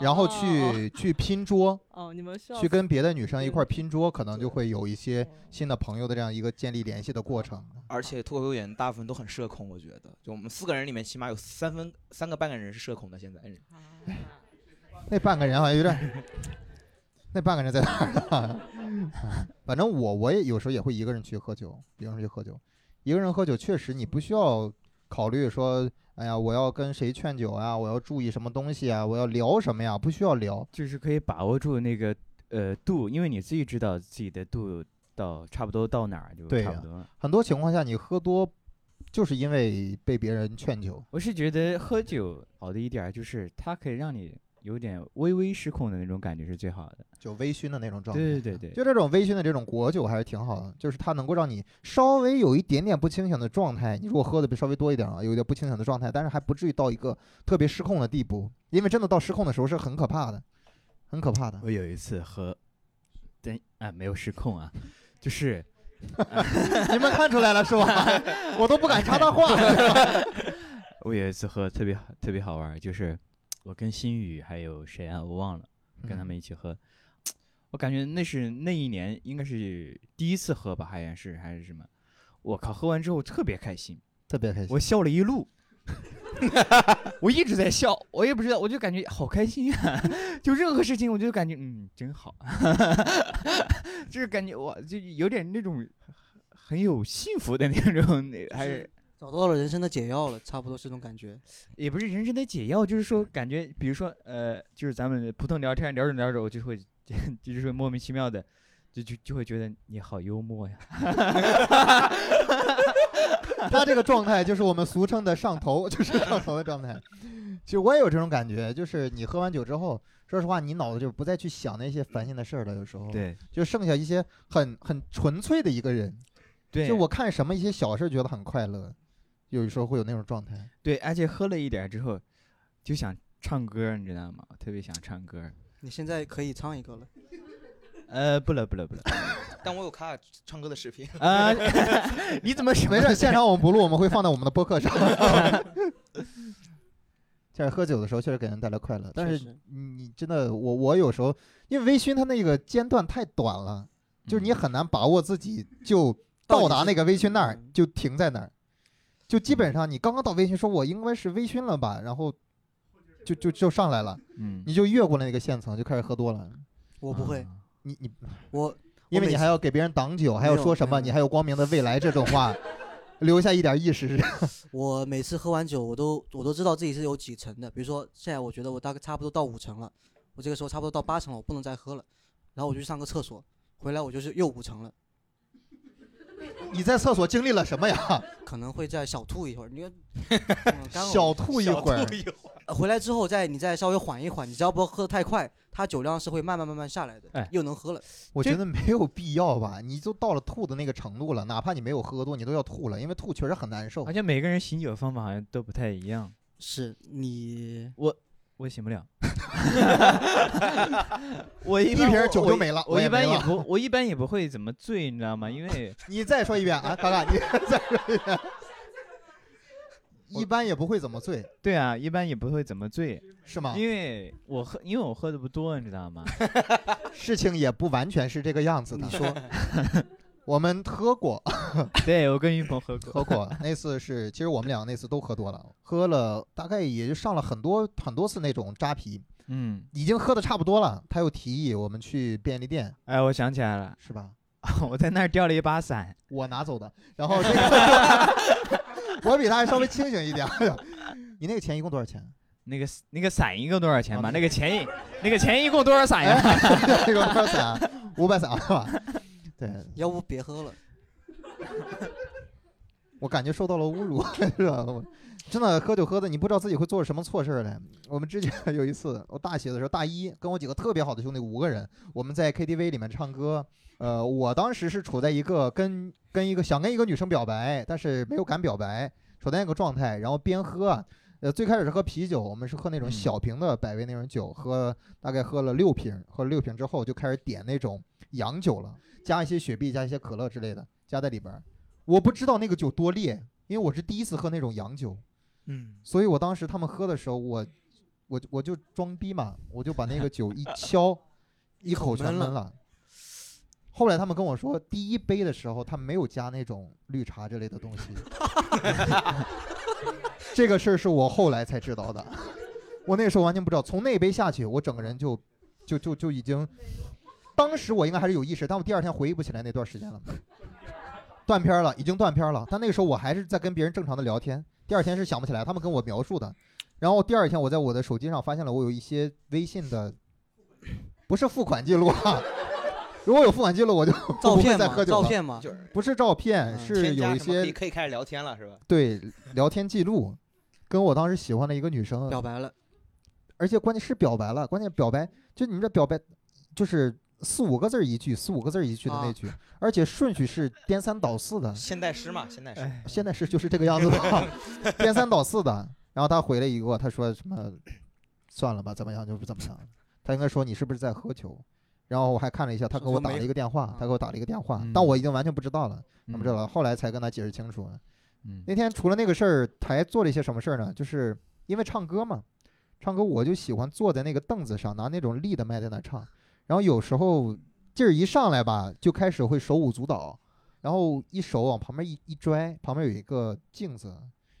Speaker 2: 然后
Speaker 5: 哦
Speaker 2: 去去拼 桌，
Speaker 5: 哦，你们需要哦
Speaker 2: 去跟别的女生一块儿拼桌，可能
Speaker 5: 对
Speaker 2: 就会有一些新的朋友的这样一个建立联系的过程。
Speaker 4: 而且脱口秀演员大部分都很社恐，我觉得，就我们四个人里面，起码有三分三个半个人是社恐的。现在人
Speaker 2: 那半个人好啊像有点儿，那半个人在哪儿呢？ 反正我我也有时候也会一个人去喝酒，一个人去喝酒，一个人喝酒确实你不需要考虑说，哎呀，我要跟谁劝酒啊，我要注意什么东西啊，我要聊什么呀，不需要聊。
Speaker 1: 就是可以把握住那个呃度，因为你自己知道自己的度到差不多到哪儿就
Speaker 2: 对
Speaker 1: 差
Speaker 2: 呀
Speaker 1: 不多了。
Speaker 2: 很多情况下你喝多，就是因为被别人劝酒。
Speaker 1: 我是觉得喝酒好的一点儿就是它可以让你有点微微失控的那种感觉是最好的。
Speaker 2: 就微醺的那种状态。
Speaker 1: 对对对对
Speaker 2: 就这种微醺的这种果酒还是挺好的，就是它能够让你稍微有一点点不清醒的状态。你如果喝的稍微多一点啊，有一点不清醒的状态，但是还不至于到一个特别失控的地步，因为真的到失控的时候是很可怕的，很可怕的。
Speaker 1: 我有一次喝，但啊没有失控啊， 就是
Speaker 2: 你们看出来了是吧？我都不敢插 他话。
Speaker 1: 我有一次喝特别好特别好玩儿，就是我跟新宇还有谁啊我忘了。跟他们一起喝。我感觉那是那一年应该是第一次喝吧，好像是还是什么。我靠，喝完之后特别开心，
Speaker 2: 特别开心。
Speaker 1: 我笑了一路， 我一直在笑，我也不知道，我就感觉好开心啊！ 就任何事情，我就感觉嗯，真好， 就是感觉我就有点那种很有幸福的那种，还是
Speaker 3: 找到了人生的解药了，差不多是这种感觉。
Speaker 1: 也不是人生的解药，就是说感觉，比如说呃，就是咱们普通聊天聊着聊着，我就会 就是说莫名其妙的，就就就会觉得你好幽默呀。
Speaker 2: 他这个状态就是我们俗称的上头， 就是上头的状态。其实我也有这种感觉，就是你喝完酒之后，说实话，你脑子就不再去想那些烦心的事儿了，有时候。
Speaker 1: 对
Speaker 2: 就剩下一些很很纯粹的一个人。
Speaker 1: 对，
Speaker 2: 就我看什么一些小事觉得很快乐，有时候会有那种状态。
Speaker 1: 对，而且喝了一点儿之后，就想唱歌，你知道吗？我特别想唱歌。
Speaker 3: 你现在可以唱一个了，
Speaker 1: 呃，不了不了不了，
Speaker 4: 但我有卡卡唱歌的视频，
Speaker 1: 啊、 你怎么什么
Speaker 2: 没事，
Speaker 1: 都
Speaker 2: 现场我们不录，我们会放到我们的播客上。 确实喝酒的时候确实给人带来快乐，但
Speaker 3: 确
Speaker 2: 是
Speaker 3: 实
Speaker 2: 你你真的我我有时候因为微醺它那个间断太短了，就是你
Speaker 1: 嗯
Speaker 2: 很难把握自己就
Speaker 3: 到底
Speaker 2: 到达
Speaker 3: 是
Speaker 2: 那个微醺那儿
Speaker 3: 嗯
Speaker 2: 就停在那儿，就基本上你刚刚到微醺，说我应该是微醺了吧，然后就就就上来了，
Speaker 1: 嗯，
Speaker 2: 你就越过了那个线层，就开始喝多了。
Speaker 3: 我不会，
Speaker 1: 啊
Speaker 2: 你你，
Speaker 3: 我
Speaker 2: 因为
Speaker 3: 每
Speaker 2: 你
Speaker 3: 次
Speaker 2: 还要给别人挡酒，还
Speaker 3: 没
Speaker 2: 要
Speaker 3: 有
Speaker 2: 说什么，
Speaker 3: 没有
Speaker 2: 你还有光明的未来这种话，留下一点意识。
Speaker 3: 我每次喝完酒，我都我都知道自己是有几成的。比如说，现在我觉得我大概差不多到五成了，我这个时候差不多到八成了，我不能再喝了。然后我就去上个厕所，回来我就是又五成了，
Speaker 2: 你在厕所经历了什么呀？
Speaker 3: 可能会再小吐一会儿。 你看，嗯干呕
Speaker 2: 小吐一会儿，
Speaker 3: 呃回来之后再你再稍微缓一缓，你只要不要喝得太快，它酒量是会慢慢慢慢下来的，
Speaker 1: 哎
Speaker 3: 又能喝了。
Speaker 2: 我
Speaker 1: 这
Speaker 2: 觉得没有必要吧。你都到了吐的那个程度了，哪怕你没有喝多，你都要吐了，因为吐确实很难受
Speaker 1: 好。像每个人醒酒方法好像都不太一样，
Speaker 3: 是你
Speaker 1: 我醒不了。 我一
Speaker 2: 一
Speaker 1: 般
Speaker 2: 瓶
Speaker 1: 我
Speaker 2: 酒
Speaker 1: 我
Speaker 2: 就
Speaker 1: 一
Speaker 2: 没了
Speaker 1: 我
Speaker 2: 啊我
Speaker 1: 一
Speaker 2: 也
Speaker 1: 般
Speaker 2: 没
Speaker 1: 也
Speaker 2: 了
Speaker 1: 不，我一般也不会怎么醉，你知道吗？因为
Speaker 2: 你再说一遍啊，嘎嘎，你再说一遍。一般也不会怎么醉，
Speaker 1: 对啊，一般也不会怎么醉，
Speaker 2: 是吗？
Speaker 1: 因为我喝，因为我喝的不多，你知道吗？
Speaker 2: 事情也不完全是这个样子的。
Speaker 3: 你说
Speaker 2: 我们喝过，
Speaker 1: 对，我跟云鹏喝
Speaker 2: 喝
Speaker 1: 过，
Speaker 2: 过，那次是，其实我们两个那次都喝多了，喝了大概也就上了很多很多次那种扎啤，
Speaker 1: 嗯，
Speaker 2: 已经喝的差不多了。他又提议我们去便利店，
Speaker 1: 哎，我想起来了，
Speaker 2: 是吧？
Speaker 1: 我在那儿掉了一把伞，
Speaker 2: 我拿走的，然后这个 我比他还稍微清醒一点。你那个钱一共多少钱？
Speaker 1: 那个那个伞一共多少钱吧？
Speaker 2: 啊哎
Speaker 1: 那个钱一那个钱一共多少伞哎呀？
Speaker 2: 一共多少伞？五百伞啊吧？对，
Speaker 3: 要不别喝了。
Speaker 2: 我感觉受到了侮辱， 是吧？我真的喝酒喝的，你不知道自己会做什么错事儿来。我们之前 有一次，我大学的时候，大一跟我几个特别好的兄弟五个人，我们在 KTV 里面唱歌。呃，我当时是处在一个跟跟一个想跟一个女生表白，但是没有敢表白，处在那个状态，然后边喝。呃，最开始是喝啤酒，我们是喝那种
Speaker 1: 嗯
Speaker 2: 小瓶的百威那种酒，喝大概喝了六瓶，喝了六瓶之后就开始点那种洋酒了，加一些雪碧，加一些可乐之类的，加在里边儿。我不知道那个酒多烈，因为我是第一次喝那种洋酒，
Speaker 4: 嗯，
Speaker 2: 所以我当时他们喝的时候，我我我就装逼嘛，我就把那个酒一敲， 一口全
Speaker 3: 闷
Speaker 2: 闷了。后来他们跟我说，第一杯的时候他没有加那种绿茶之类的东西。 这个事儿是我后来才知道的，我那时候完全不知道。从那杯下去，我整个人就就就就已经，当时我应该还是有意识，但我第二天回忆不起来那段时间了，断片儿了，已经断片儿了。但那个时候我还是在跟别人正常的聊天，第二天是想不起来他们跟我描述的。然后第二天我在我的手机上发现了我有一些微信的，不是付款记录啊。 如果有付款记录，我就
Speaker 3: 照
Speaker 2: 不会
Speaker 3: 片
Speaker 2: 再
Speaker 3: 嘛，
Speaker 2: 喝酒了
Speaker 3: 照片嘛，
Speaker 4: 就是
Speaker 2: 不是照片，
Speaker 3: 嗯
Speaker 2: 是
Speaker 4: 添加
Speaker 2: 有一
Speaker 4: 什么可以
Speaker 2: 些
Speaker 4: 可以开始聊天了，是吧？
Speaker 2: 对聊天记录，跟我当时喜欢的一个女生，
Speaker 3: 表白了，
Speaker 2: 而且关键是表白了，关键表白就你们这表白，就是四五个字儿一句，四五个字儿一句的那
Speaker 3: 啊
Speaker 2: 句，而且顺序是颠三倒四的。
Speaker 4: 现代诗嘛，现代诗。
Speaker 1: 哎，
Speaker 2: 现在是就是这个样子的，颠三倒四的。然后他回了一个，他说什么，算了吧，怎么样就不怎么样。他应该说你是不是在喝酒？然后我还看了一下，他给我打了一个电话，他给我打了一个电话，但我已经完全不知道了，
Speaker 1: 嗯
Speaker 2: 不知道了。后来才跟他解释清楚。
Speaker 1: 嗯
Speaker 2: 那天除了那个事儿，还做了一些什么事儿呢？就是因为唱歌嘛，唱歌我就喜欢坐在那个凳子上，拿那种立的麦在那儿唱，然后有时候劲儿一上来吧，就开始会手舞足蹈，然后一手往旁边一一拽，旁边有一个镜子，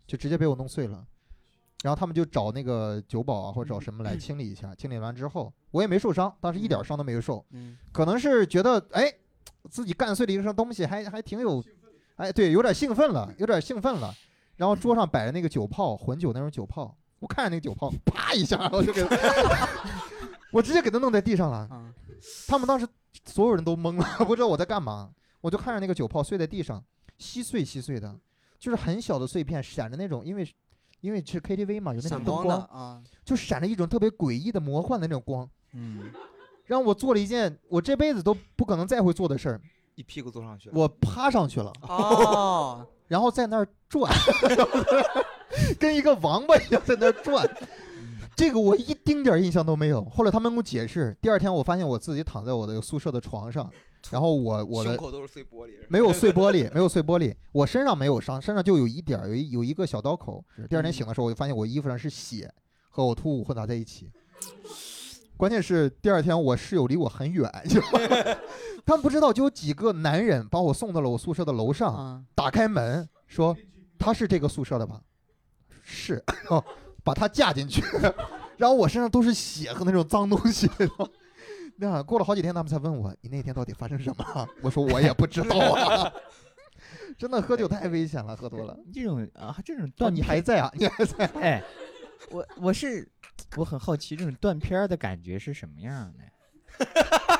Speaker 2: 就直接被我弄碎了。然后他们就找那个酒保啊，或者找什么来清理一下。清理完之后，我也没受伤，当时一点儿伤都没有受，
Speaker 3: 嗯，
Speaker 2: 可能是觉得哎，自己干碎了一个东西，还还挺有，哎，对，有点兴奋了，有点兴奋了。然后桌上摆着那个酒泡，混酒那种酒泡，我看着那个酒泡，啪一下，我就给 他，我直接给他弄在地上了。
Speaker 3: 啊，
Speaker 2: 他们当时所有人都懵了， 不知道我在干嘛。我就看着那个酒泡碎在地上，稀碎稀碎的，就是很小的碎片，闪着那种，因为因为是 KTV 嘛，有那种
Speaker 3: 闪
Speaker 2: 灯
Speaker 3: 光的 啊，
Speaker 2: 就闪着一种特别诡异的魔幻的那种光。
Speaker 1: 嗯，
Speaker 2: 让我做了一件我这辈子都不可能再会做的事儿，
Speaker 4: 一屁股坐上去了。
Speaker 2: 我趴上去了，
Speaker 3: 哦，
Speaker 2: 然后在那儿转， 跟一个王八一样在那儿转。
Speaker 4: 嗯
Speaker 2: 这个我一丁点儿印象都没有。后来他们跟我解释，第二天我发现我自己躺在我的宿舍的床上，然后我我
Speaker 4: 胸
Speaker 2: 的
Speaker 4: 口都是碎玻璃。
Speaker 2: 没有碎玻璃，没有碎玻璃，我身上没有伤，身上就有一点儿有一有一个小刀口。第二天醒的时候，我就发现我衣服上是血和呕吐物混杂在一起。关键是第二天我室友离我很远，你知道吗？ 他们不知道，就有几个男人把我送到了我宿舍的楼上，
Speaker 3: 啊，
Speaker 2: 打开门说：“他是这个宿舍的吧？”是，然后把他架进去， 然后我身上都是血和那种脏东西。然后 那过了好几天，他们才问我：“你那天到底发生什么 了？”我说：“我也不知道啊。” 真的喝酒太危险了，喝多了。
Speaker 1: 这种啊，这种
Speaker 2: 哦，
Speaker 1: 断
Speaker 2: 你
Speaker 1: 片
Speaker 2: 还在啊？你还在？
Speaker 1: 哎，我我是我很好奇这种断片儿的感觉是什么样的呀？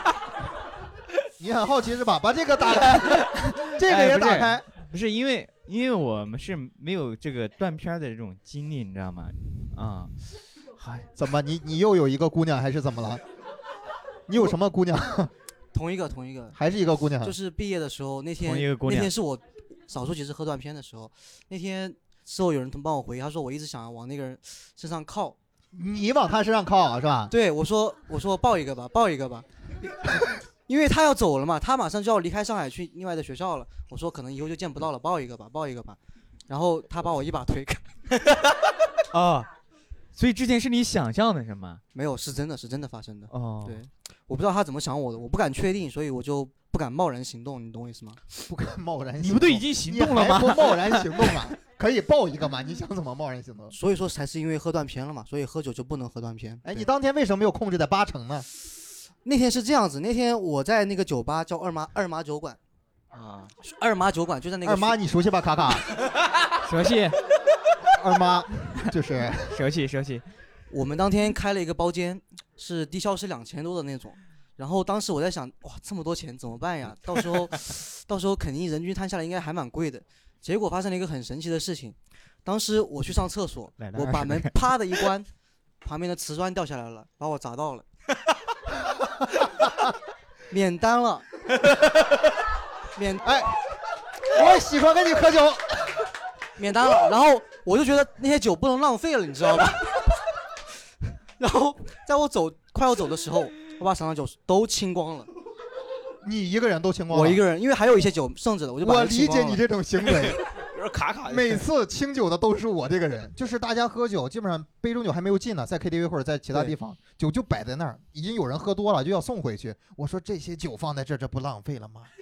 Speaker 2: 你很好奇是吧？把这个打开，这个
Speaker 1: 哎
Speaker 2: 也
Speaker 1: 不是
Speaker 2: 打开。
Speaker 1: 不是因为因为我们是没有这个断片儿的这种经历，你知道吗？啊、嗨，
Speaker 2: 怎么？你你又有一个姑娘还是怎么了？你有什么姑娘？
Speaker 3: 同一个同一个，
Speaker 2: 还是一个姑娘？
Speaker 3: 就是毕业的时候那
Speaker 1: 嗯
Speaker 3: 天
Speaker 1: 同一个姑
Speaker 3: 那
Speaker 1: 娘
Speaker 3: 天是我少数几次喝断片的时候，那天事后有人帮我回忆，他说我一直想要往那个人身上靠，
Speaker 2: 你往她身上靠啊是吧？
Speaker 3: 对我说我说抱一个吧，抱一个吧。 因为他要走了嘛，他马上就要离开上海去另外的学校了。我说可能以后就见不到了，抱一个吧，抱一个吧。然后他把我一把推开，
Speaker 1: 哦，所以之前是你想象的是吗？
Speaker 3: 没有，是真的是真的发生的。
Speaker 1: 哦，
Speaker 3: 对，我不知道他怎么想我的，我不敢确定，所以我就不敢贸然行动，你懂我意思吗？
Speaker 2: 不敢贸然行动。
Speaker 1: 你不都已经行动了
Speaker 2: 你还
Speaker 1: 吗？
Speaker 2: 不贸然行动 啊？可以报一个吗？你想怎么贸然行动？
Speaker 3: 所以说才是因为喝断片了嘛，所以喝酒就不能喝断片。
Speaker 2: 哎，
Speaker 3: 对
Speaker 2: 你当天为什么没有控制在八成呢？
Speaker 3: 那天是这样子，那天我在那个酒吧叫二妈二妈酒馆，
Speaker 4: 啊，
Speaker 3: 二妈酒馆就在那个
Speaker 2: 二妈，你熟悉吧？卡 卡，
Speaker 1: 熟悉，
Speaker 2: 二妈就是
Speaker 1: 熟悉，熟悉。
Speaker 3: 我们当天开了一个包间，是低消是两千多的那种。然后当时我在想，哇，这么多钱怎么办呀？到时候， 到时候肯定人均摊下来应该还蛮贵的。结果发生了一个很神奇的事情，当时我去上厕所
Speaker 1: 来，了
Speaker 3: 我把门啪的一关，旁边的瓷砖掉下来了，把我 砸到了，免 单了，免
Speaker 2: 哎，我喜欢跟你喝酒。
Speaker 3: 免单了。然后我就觉得那些酒不能浪费了，你知道吧？ 然后在我走快要走的时候，我把手上酒都清光了，
Speaker 2: 你一个人都清光了，
Speaker 3: 我一个人，因为还有一些酒剩着的，我就把
Speaker 2: 我
Speaker 3: 它清
Speaker 2: 理
Speaker 3: 光
Speaker 2: 解
Speaker 3: 了
Speaker 2: 你这种行为，
Speaker 4: 有点卡 卡的。
Speaker 2: 每次清酒的都是我这个人，就是大家喝酒，基本上杯中酒还没有进呢，在 KTV 或者在其他地方，酒就摆在那儿，已经有人喝多了就要送回去。我说这些酒放在这儿，这不浪费了吗？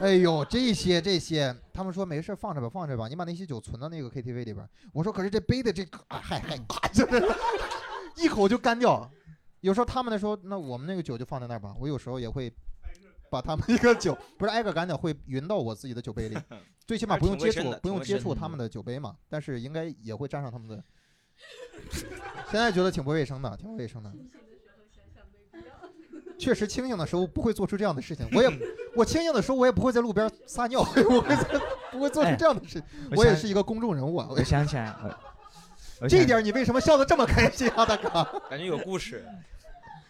Speaker 2: 哎呦，这些这些，他们说没事儿放着吧，放着吧，你把那些酒存到那个 KTV 里边儿。我说可是这杯的这个，啊嗨嗨，咔就是一口就干掉。有时候他们那说，那我们那个酒就放在那儿吧。我有时候也会把他们一个酒，不是挨个干掉，会匀到我自己的酒 杯里，最起码不用接
Speaker 4: 还是挺卫生
Speaker 2: 触
Speaker 4: 的，
Speaker 2: 不用
Speaker 4: 挺卫
Speaker 2: 接
Speaker 4: 生的嗯
Speaker 2: 触他们的酒杯嘛。但是应该也会沾上他们的。现在觉得挺不卫生的，挺不卫生的。确实，清醒的时候不会做出这样的事情。我也，
Speaker 4: 嗯
Speaker 2: 我清醒的时候我也不会在路边撒尿， 我会在不会做出这样的事情。我也
Speaker 1: 哎想
Speaker 2: 是，一个公众人物啊。我
Speaker 1: 我想起来了， 我我
Speaker 2: 这
Speaker 1: 想
Speaker 2: 一点你为什么笑得这么开心啊，大哥？
Speaker 4: 感觉有故事。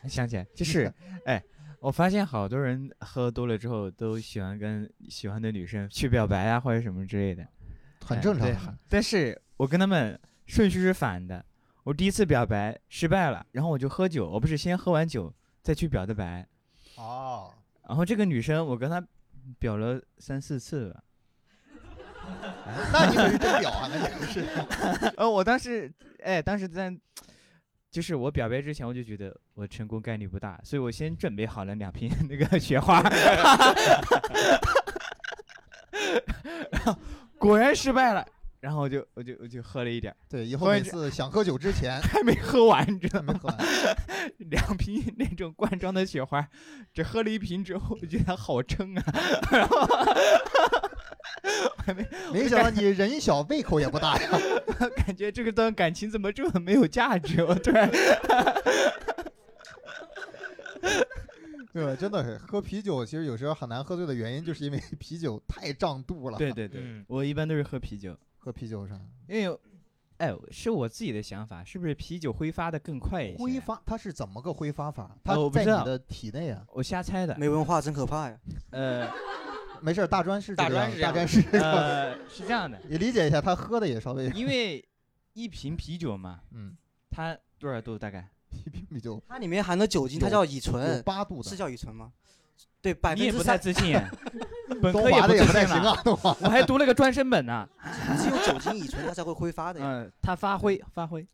Speaker 1: 想起来，就是，哎，我发现好多人喝多了之后都喜欢跟喜欢的女生去表白啊，或者什么之类的，
Speaker 2: 很
Speaker 1: 哎
Speaker 2: 正常
Speaker 1: 对。但是我跟他们顺序是反的，我第一次表白失败了，然后我就喝酒，我不是先喝完酒再去表的白，
Speaker 2: 哦，
Speaker 1: 然后这个女生我跟她表了三四次吧，
Speaker 2: 那你可是真屌啊！那你可是
Speaker 1: 呃，我当时，哎，当时在，就是我表白之前，我就觉得我成功概率不大，所以我先准备好了两瓶那个雪花， 然后果然失败了，然后我就我就我就喝了一点儿，
Speaker 2: 对，以后
Speaker 1: 我
Speaker 2: 每
Speaker 1: 也是
Speaker 2: 次想喝酒 之前
Speaker 1: 还没喝完，你知道
Speaker 2: 还没
Speaker 1: 吗？
Speaker 2: 喝完，
Speaker 1: 两瓶那种罐装的雪花，只喝了一瓶之后，我觉得好撑啊，然后我还没
Speaker 2: 没想到你人小胃口也不大呀。
Speaker 1: 感觉这个段感情怎么这么没有价值？我突然
Speaker 2: 对吧？真的是喝啤酒，其实有时候很难喝醉的原因，就是因为啤酒太胀肚了。
Speaker 1: 对，对对，
Speaker 4: 嗯，
Speaker 1: 我一般都是喝啤酒。
Speaker 2: 喝啤酒上
Speaker 1: 因为，哎，是我自己的想法，是不是啤酒挥发的更快一些？
Speaker 2: 挥，发，它是怎么个挥发法？它
Speaker 1: 呃我不
Speaker 2: 在
Speaker 1: 知道
Speaker 2: 你的体内啊。
Speaker 1: 我瞎猜的。
Speaker 3: 没文化真可怕呀！
Speaker 1: 呃
Speaker 2: 没事儿，大专是
Speaker 4: 大
Speaker 2: 这
Speaker 4: 专
Speaker 2: 样
Speaker 4: 是这
Speaker 2: 大
Speaker 4: 样
Speaker 2: 专是这样。
Speaker 1: 呃，是这样的，
Speaker 2: 你理解一下，他喝的也稍微
Speaker 1: 因为一瓶啤酒嘛，
Speaker 2: 嗯，
Speaker 1: 它多少度大概？
Speaker 2: 一瓶啤酒
Speaker 3: 它里面含的酒精，它
Speaker 2: 有
Speaker 3: 叫乙
Speaker 2: 有
Speaker 3: 醇，
Speaker 2: 八度的
Speaker 3: 是，叫乙醇吗？对，百
Speaker 1: 你也
Speaker 3: 分
Speaker 1: 不
Speaker 3: 之
Speaker 1: 太
Speaker 3: 三
Speaker 1: 自信，啊本
Speaker 2: 东
Speaker 1: 科
Speaker 2: 华的也
Speaker 1: 不
Speaker 2: 不
Speaker 1: 自
Speaker 2: 太
Speaker 1: 信
Speaker 2: 行
Speaker 1: 了。
Speaker 2: 啊，东华。
Speaker 1: 我还读了个专升本 呢，
Speaker 3: 是有酒精乙醇，它才会挥发的呀。
Speaker 1: 嗯，他发挥发挥，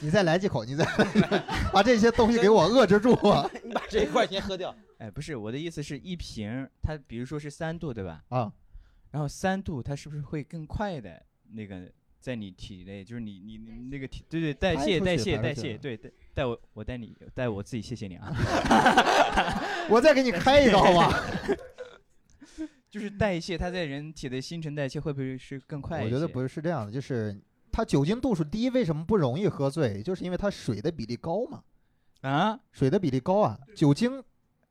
Speaker 2: 你再来几口，你再 把这些东西给我遏制住啊！
Speaker 4: 你把这一块先喝掉。
Speaker 1: 哎，不是我的意思是一瓶，它比如说是三度对吧？
Speaker 2: 啊，
Speaker 1: 然后三度它是不是会更快的那个在你体内，就是你你你那个体对对代
Speaker 2: 排
Speaker 1: 谢
Speaker 2: 出
Speaker 1: 代
Speaker 2: 去
Speaker 1: 谢
Speaker 2: 排
Speaker 1: 代
Speaker 2: 出
Speaker 1: 谢
Speaker 2: 去
Speaker 1: 对代代我我带你带我自己谢谢你啊，
Speaker 2: 我再给你开一个好吧？
Speaker 1: 就是代谢它在人体的新陈代谢会不会是更快一
Speaker 2: 我
Speaker 1: 些？
Speaker 2: 觉得不是是这样的，就是它酒精度数低，为什么不容易喝醉？就是因为它水的比例高嘛，
Speaker 1: 啊，
Speaker 2: 水的比例高啊，酒精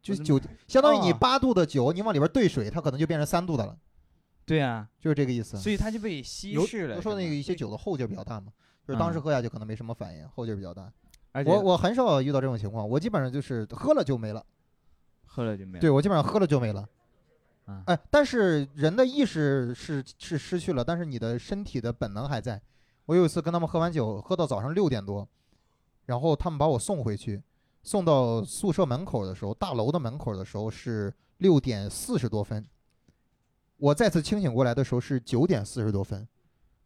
Speaker 2: 就
Speaker 1: 我怎
Speaker 2: 酒相当于你
Speaker 1: 哦
Speaker 2: 八度的酒，你往里边兑水，它可能就变成三度的了，
Speaker 1: 对啊，
Speaker 2: 就是这个意思。
Speaker 1: 所以它就被稀
Speaker 2: 有
Speaker 1: 释了。
Speaker 2: 都说
Speaker 1: 是
Speaker 2: 那
Speaker 1: 吗
Speaker 2: 个一些酒的后劲儿比较大嘛，就是当时
Speaker 1: 嗯
Speaker 2: 喝下去可能没什么反应，后劲儿比较大。
Speaker 1: 而且
Speaker 2: 我我很少遇到这种情况，我基本上就是喝了就没了。
Speaker 1: 喝了就没有。
Speaker 2: 对我基本上喝了就没了。
Speaker 1: 嗯
Speaker 2: 哎，但是人的意识是是失去了，但是你的身体的本能还在。我有一次跟他们喝完酒，喝到早上六点多，然后他们把我送回去，送到宿舍门口的时候，大楼的门口的时候是六点四十多分。我再次清醒过来的时候是九点四十多分，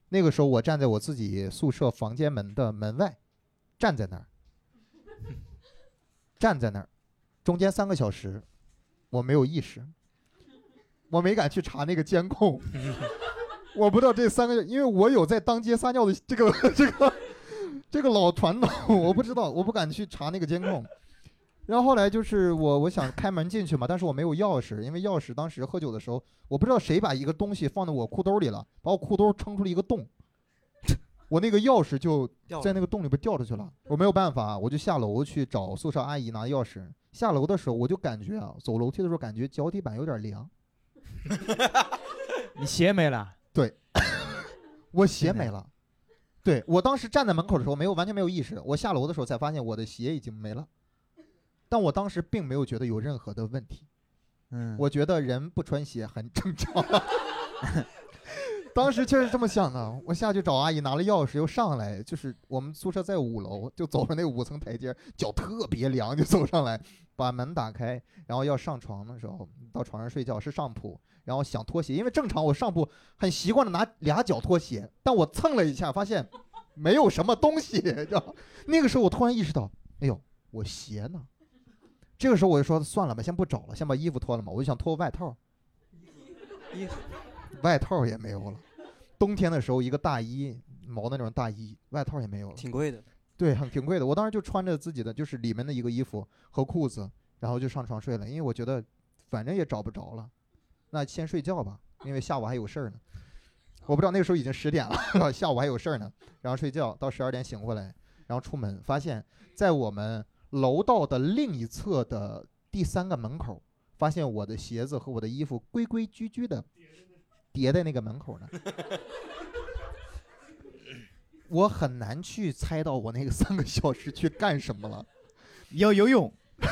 Speaker 2: 那个时候我站在我自己宿舍房间门的门外，站在那儿，站在那儿，中间三个小时，我没有意识，我没敢去查那个监控，我不知道这三个，因为我有在当街撒尿的这个这个这个老传统，我不知道，我不敢去查那个监控。然后后来就是我，我想开门进去嘛，但是我没有钥匙，因为钥匙当时喝酒的时候，我不知道谁把一个东西放在我裤兜里了，把我裤兜撑出了一个洞， 我那个钥匙就
Speaker 3: 掉了
Speaker 2: 在那个洞里边掉出去了。我没有办法，我就下楼去找宿舍阿姨拿钥匙。下楼的时候，我就感觉啊，走楼梯的时候感觉脚底板有点凉，
Speaker 1: 你鞋没了，
Speaker 2: 我鞋没了。对我当时站在门口的时候，没有完全没有意识，我下楼的时候才发现我的鞋已经没了，但我当时并没有觉得有任何的问题。
Speaker 1: 嗯，
Speaker 2: 我觉得人不穿鞋很正常。当时确实这么想的，我下去找阿姨拿了钥匙，又上来，就是我们宿舍在五楼，就走上那五层台阶，脚特别凉，就走上来，把门打开，然后要上床的时候，到床上睡觉是上铺，然后想脱鞋，因为正常我上铺很习惯的拿俩脚脱鞋，但我蹭了一下，发现没有什么东西， 你知道吗？那个时候我突然意识到，哎呦，我鞋呢？这个时候我就说算了吧，先不找了，先把衣服脱了嘛。我就想脱外套，
Speaker 3: 衣服
Speaker 2: 外套也没有了。冬天的时候，一个大衣毛那种大衣，外套也没有了，
Speaker 3: 挺贵的。
Speaker 2: 对，很挺贵的。我当时就穿着自己的就是里面的一个衣服和裤子，然后就上床睡了，因为我觉得反正也找不着了，那先睡觉吧，因为下午还有事儿呢。我不知道那个时候已经十点了， 下午还有事儿呢，然后睡觉到十二点醒过来，然后出门发现，在我们楼道的另一侧的第三个门口，发现我的鞋子和我的衣服规规矩矩的叠在那个门口呢。我很难去猜到我那个 三个小时去干什么了。
Speaker 1: 要游泳，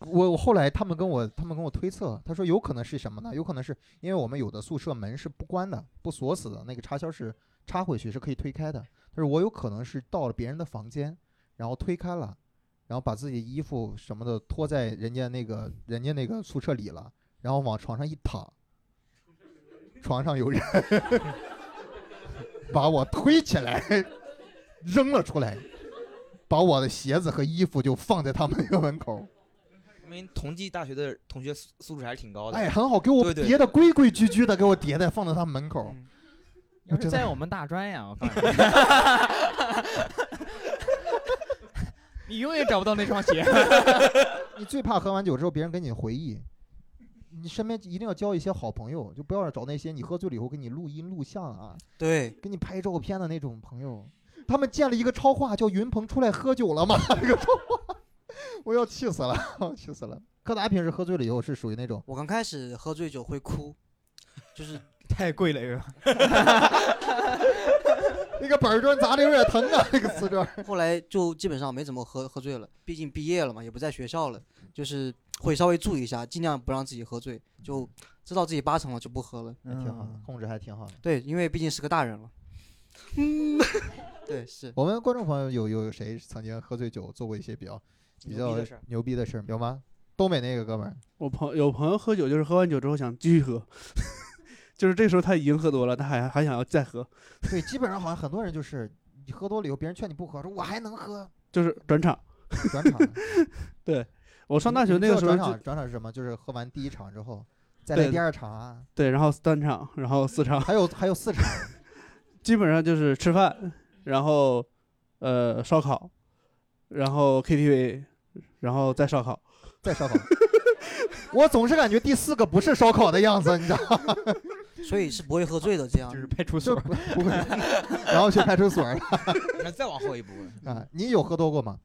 Speaker 2: 我我后来他们跟我他们跟我推测，他说有可能是什么呢？有可能是因为我们有的宿舍门是不关的，不锁死的，那个插销是插回去是可以推开的。他说我有可能是到了别人的房间，然后推开了，然后把自己的衣服什么的脱在人家那个人家那个宿舍里了，然后往床上一躺，床上有人把我推起来扔了出来，把我的鞋子和衣服就放在他们那个门口。
Speaker 4: 我们同济大学的同学素素质还是挺高的。
Speaker 2: 哎，很好，给我
Speaker 4: 对对
Speaker 2: 叠的规规矩矩的，给我叠在放到他门口。
Speaker 3: 嗯
Speaker 1: 要
Speaker 2: 我真
Speaker 1: 是
Speaker 2: 的
Speaker 1: 在我们大专呀，我告诉你， 你永远找不到那双鞋。
Speaker 2: 你最怕喝完酒之后别人跟你回忆，你身边一定要交一些好朋友，就不要找那些你喝醉了以后给你录音录像啊，
Speaker 3: 对，
Speaker 2: 给你拍照片的那种朋友。他们建了一个超话，叫“云鹏出来喝酒了吗？” 那个超话，我要气死了，我气死了。柯达平时喝醉了以后是属于那种，
Speaker 3: 我刚开始喝醉酒会哭，就是
Speaker 1: 太贵了，是哎吧？
Speaker 2: 那个板砖砸的有点疼啊，那个瓷砖。
Speaker 3: 后来就基本上没怎么喝喝醉了，毕竟毕业了嘛，也不在学校了，就是会稍微注意一下，尽量不让自己喝醉，就知道自己八成了就不喝了。
Speaker 2: 还嗯挺好的，控制还挺好的。
Speaker 3: 对，因为毕竟是个大人了。嗯，对， 是
Speaker 2: 我们观众朋友有有谁曾经喝醉酒做过一些比较比
Speaker 4: 牛逼
Speaker 2: 较
Speaker 4: 的事儿
Speaker 2: 牛逼的事儿有吗？东北那个哥们儿，
Speaker 6: 我朋有朋友喝酒，就是喝完酒之后想继续喝， 就是这时候他已经喝多了，他还还想要再喝，
Speaker 2: 对，基本上好像很多人就是你喝多了以后，别人劝你不喝，说我还能喝，
Speaker 6: 就是转场。
Speaker 2: 转场。
Speaker 6: 我上大学
Speaker 2: 你
Speaker 6: 那
Speaker 2: 知
Speaker 6: 个
Speaker 2: 道
Speaker 6: 时候
Speaker 2: 转
Speaker 6: 就
Speaker 2: 场转场是什么？就是喝完第一场之后，再
Speaker 6: 对
Speaker 2: 来第二场啊，
Speaker 6: 对，然后三场，然后四场，
Speaker 2: 还有还有四场。
Speaker 6: 基本上就是吃饭，然后呃烧烤，然后 KTV，然后再烧烤。
Speaker 2: 再 烧烤。我总是感觉第四个不是烧烤的样子，你知道吗？
Speaker 3: 所以是不会喝醉的。这样
Speaker 1: 就是派出
Speaker 2: 啊就
Speaker 1: 所
Speaker 2: 不不会， 然后去派出所了
Speaker 4: 那再往后一步，
Speaker 2: 啊。你有喝多过吗？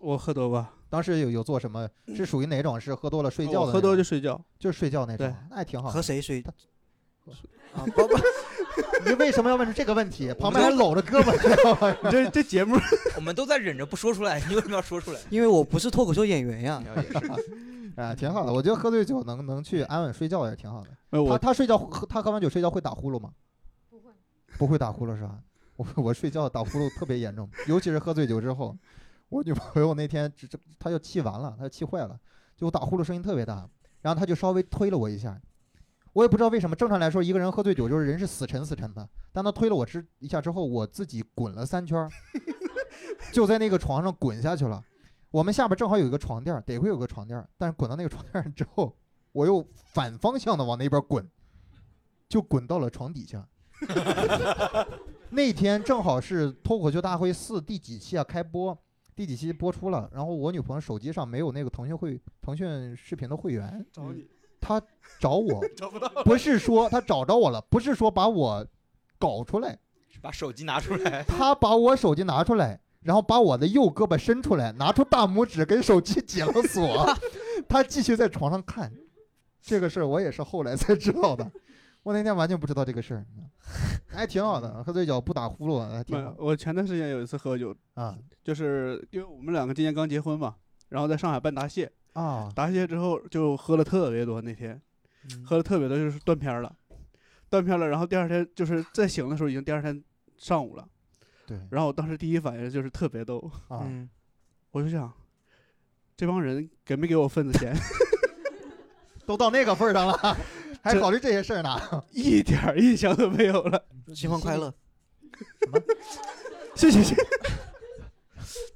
Speaker 6: 我喝多吧，
Speaker 2: 当时有有做什么？是属于哪种？是喝多了睡觉的那
Speaker 6: 我
Speaker 2: 种？
Speaker 6: 喝多就睡 觉，
Speaker 2: 就是睡觉那种
Speaker 6: 对，
Speaker 2: 那还挺好的
Speaker 3: 和。谁睡
Speaker 2: 他？
Speaker 3: 啊，不不，
Speaker 2: 你为什么要问出这个问 题？旁边还搂着胳膊你知道吗，
Speaker 6: 这这节目
Speaker 4: 我们都在忍着不说出来， 你为什么要说出来？
Speaker 3: 因为我不是脱口秀演员呀。
Speaker 4: 也是，
Speaker 2: 啊，挺好的。我觉得喝醉酒能能去安稳睡觉也挺好的。
Speaker 6: 呃
Speaker 2: 他
Speaker 6: 我
Speaker 2: 他睡觉喝他喝完酒睡觉会打呼噜吗？
Speaker 7: 不会，
Speaker 2: 不会打呼噜是吧？我我睡觉打呼噜特别严重，尤其是喝醉酒之后。我女朋友那天只只她就气完了，她就气坏了，就我打呼噜声音特别大，然后她就稍微推了我一下，我也不知道为什么，正常来说，一个人喝醉酒就是人是死沉死沉的。但他推了我之一下之后，我自己滚了三圈儿， 就在那个床上滚下去了。我们下边正好有一个床垫儿，得亏有个床垫儿，但是滚到那个床垫儿之后，我又反方向的往那边滚，就滚到了床底下。那天正好是《脱口秀大会四》第几期啊开播，第几期播出了。然后我女朋友手机上没有那个腾讯会腾讯视频的会员，
Speaker 6: 找你
Speaker 2: 她找我，
Speaker 6: 找不到，
Speaker 2: 不是说她找着我了，不是说把我搞出来，
Speaker 4: 把手机拿出来，
Speaker 2: 她把我手机拿出来，然后把我的右胳膊伸出来，拿出大拇指跟手机解了锁，她继续在床上看。这个事儿我也是后来才知道的，我那天完全不知道这个事儿，还挺好的，喝醉酒不打呼噜，还挺好
Speaker 6: 我前段时间有一次喝酒，
Speaker 2: 啊
Speaker 6: 就是因为我们两个今年刚结婚嘛，然后在上海办答谢，
Speaker 2: 啊
Speaker 6: 答谢之后就喝了特别多，那天嗯喝了特别多，就是断片儿了，断片儿了，然后第二天就是再醒的时候已经第二天上午了，
Speaker 2: 对
Speaker 6: 然后我当时第一反应就是特别逗，
Speaker 2: 啊。
Speaker 3: 嗯，
Speaker 6: 我就想，这帮人给没给我份子钱，
Speaker 2: 都到那个份儿上了，还
Speaker 6: 这
Speaker 2: 考虑这些事儿呢？
Speaker 6: 一点儿印象都没有了。
Speaker 3: 新婚快乐。
Speaker 6: 谢谢谢谢。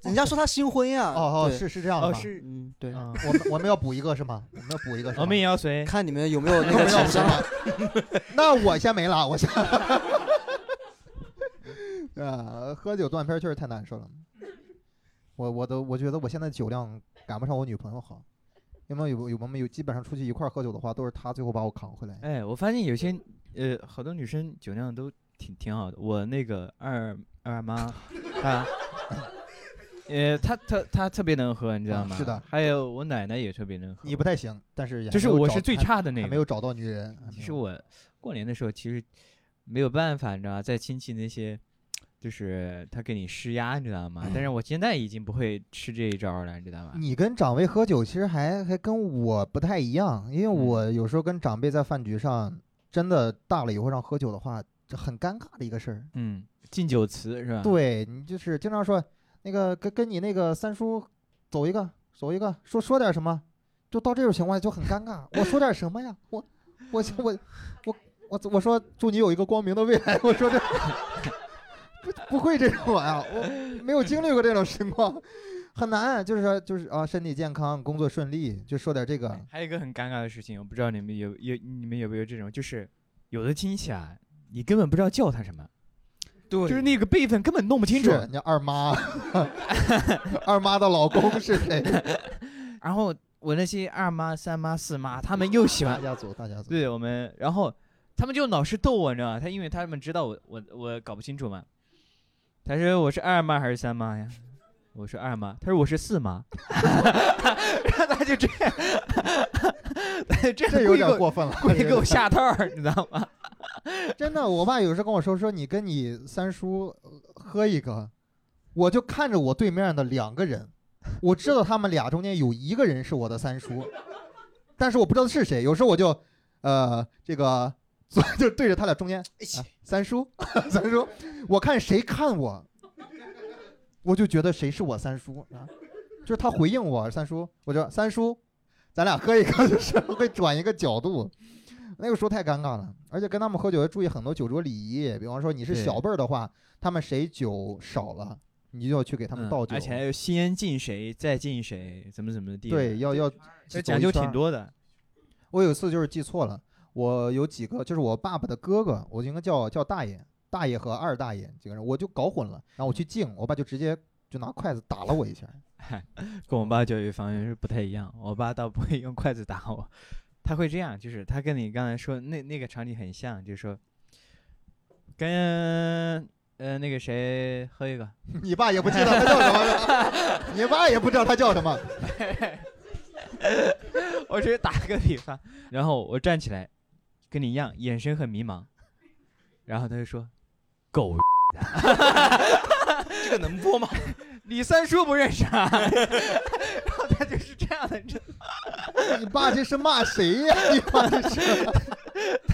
Speaker 3: 人家说他新婚呀。
Speaker 2: 哦哦，
Speaker 3: 对。
Speaker 2: 是是这样的
Speaker 1: 哦
Speaker 2: 吗？
Speaker 1: 是，
Speaker 3: 嗯，对。
Speaker 2: 嗯，我们我们要补一个是吗？我们要补一个是吗？
Speaker 1: 我们也要随
Speaker 3: 看你们有没 有那
Speaker 2: 我
Speaker 3: 个
Speaker 2: 们要
Speaker 3: 情
Speaker 2: 补
Speaker 3: 商。
Speaker 2: 是吗 那我先没了，我先。 啊，喝酒断片儿确实太难受了。我我都我觉得我现在酒量赶不上我女朋友好，因为有有我们有基本上出去一块儿喝酒的话，都是她最后把我扛回来。
Speaker 1: 哎，我发现有些呃，好多女生酒量都挺挺好的。我那个二二妈，她，呃，她她她特别能喝，你知道
Speaker 2: 啊
Speaker 1: 吗？
Speaker 2: 是的。
Speaker 1: 还有我奶奶也特别能喝。
Speaker 2: 你不太行，但是也
Speaker 1: 就是
Speaker 2: 还没有
Speaker 1: 我
Speaker 2: 找
Speaker 1: 是最
Speaker 2: 还
Speaker 1: 差的那
Speaker 2: 还
Speaker 1: 个。
Speaker 2: 没有找到女人。还没
Speaker 1: 其
Speaker 2: 有
Speaker 1: 实我过年的时候其实没有办法，你知道吧？在亲戚那些，就是他给你施压，你知道吗？但是我现在已经不会吃这一招了，你知道吧？
Speaker 2: 嗯你跟长辈喝酒，其实还还跟我不太一样，因为
Speaker 1: 嗯
Speaker 2: 我有时候跟长辈在饭局上，真的大了以后让喝酒的话，这很尴尬的一个事儿。
Speaker 1: 嗯，敬酒词是吧？，
Speaker 2: 对你就是经常说那个跟跟你那个三叔走一个走一个，说说点什么，就到这种情况下就很尴尬。我说点什么呀？我我我我我我说祝你有一个光明的未来。我说这不不会这种玩意儿，我没有经历过这种情况，很难。就是说就是啊，身体健康，工作顺利，就说点这个。
Speaker 1: 哎还有一个很尴尬的事情，我不知道你们有有你们有没有这种，就是有的亲戚啊，你根本不知道叫他什么，
Speaker 4: 对
Speaker 1: 就是那个辈分根本弄不清楚。
Speaker 2: 是你二妈，二妈的老公是谁？
Speaker 1: 然后我那些二妈、三妈、四妈，他们又喜
Speaker 2: 大
Speaker 1: 欢
Speaker 2: 家族，大家族。
Speaker 1: 对我们，然后他们就老是逗我，你知道吗？他因为他们知道我我我搞不清楚嘛。他说我是二妈还是三妈呀？我说二妈，他说我是四妈， 然后他就这样， 他就这样
Speaker 2: 这有
Speaker 1: 故意给
Speaker 2: 点
Speaker 1: 我
Speaker 2: 过分了，
Speaker 1: 故意给我下套儿，你知道吗？
Speaker 2: 真的，我爸有时候跟我说，说你跟你三叔呃喝一个，我就看着我对面的两个人，我知道他们俩中间有一个人是我的三叔，但是我不知道是谁。有时候我就，呃，这个 就对着他俩中间，
Speaker 4: 一起
Speaker 2: 啊三叔， 三叔，我看谁看我，我就觉得谁是我三叔啊，就是他回应我三叔，我就三叔，咱俩喝一个，就是会转一个角度。那个时候太尴尬了，而且跟他们喝酒要注意很多酒桌礼仪，比方说你是
Speaker 1: 对
Speaker 2: 小辈儿的话，他们谁酒少了，你就要去给他们
Speaker 1: 嗯
Speaker 2: 倒酒，
Speaker 1: 而且还有先敬谁，再敬谁，怎么怎么地的，
Speaker 2: 对，要要
Speaker 1: 这
Speaker 2: 走
Speaker 1: 讲
Speaker 2: 一
Speaker 1: 究
Speaker 2: 圈
Speaker 1: 挺
Speaker 2: 儿
Speaker 1: 多的。
Speaker 2: 我有一次就是记错了，我有几个就是我爸爸的哥哥，我应该叫叫大爷，大爷和二大爷几个人，我就搞混了，然后
Speaker 1: 嗯
Speaker 2: 我去敬，我爸就直接就拿筷子打了我一下。
Speaker 1: 跟我爸教育方式不太一样，我爸倒不会用筷子打我，他会这样，就是他跟你刚才说那那个场景很像，就是说跟呃那个谁喝一个，
Speaker 2: 你爸也不知道他叫什么了， 你爸也不知道他叫什么。
Speaker 1: 我只是打个比方，然后我站起来，跟你一样，眼神很迷茫，然后他就说狗，
Speaker 4: 这个能播吗？
Speaker 1: 你三叔不认识啊， 然后他就是这样的，你知道
Speaker 2: 你爸这是骂谁呀、你爸这是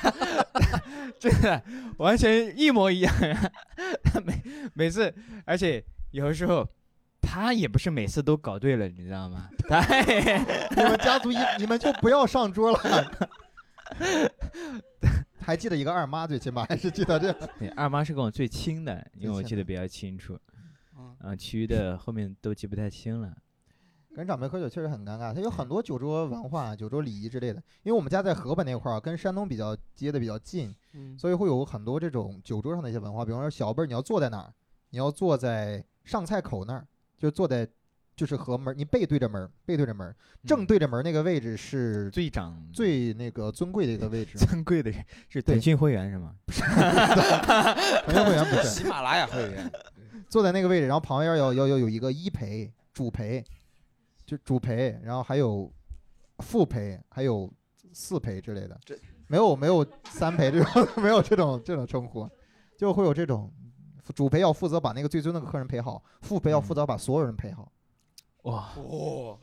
Speaker 1: 真的完全一模一样， 他每每次，而且有时候。他也不是每次都搞对了， 你知道吗？他
Speaker 2: 你们家族一，你们就不要上桌了。 还记得一个二妈，最起码还是记得这。
Speaker 1: 对二妈是跟我最亲的，因为我
Speaker 2: 最亲
Speaker 1: 记
Speaker 2: 的
Speaker 1: 得比较清楚，
Speaker 3: 嗯，
Speaker 1: 啊，其余的后面都记不太清了。
Speaker 2: 跟长辈喝酒确实很尴尬，它有很多酒桌文化、啊酒桌礼仪之类的。因为我们家在河北那块儿，跟山东比较接的比较近，
Speaker 3: 嗯，
Speaker 2: 所以会有很多这种酒桌上的一些文化，比方说小辈儿你要坐在哪儿，你要坐在上菜口那儿，就坐在就是和门儿，你背对着门儿，背对着门儿，正
Speaker 1: 嗯
Speaker 2: 对着门儿那个位置是
Speaker 1: 最长，
Speaker 2: 最那个尊贵的一个位置
Speaker 1: 尊贵的人是
Speaker 2: 对
Speaker 1: 腾讯会员是吗？
Speaker 2: 朋友会员不是
Speaker 4: 喜马拉雅会员，
Speaker 2: 坐在那个位置，然后旁边要要要有一个一陪、主陪，就主陪，然后还有副陪，还有四陪之类的
Speaker 4: 这，
Speaker 2: 没有没有三陪这种 没有这种这种称呼，就会有这种主陪要负责把那个最尊的客人陪好，副陪要负责把所有人陪好，
Speaker 1: 哇，
Speaker 4: 哦，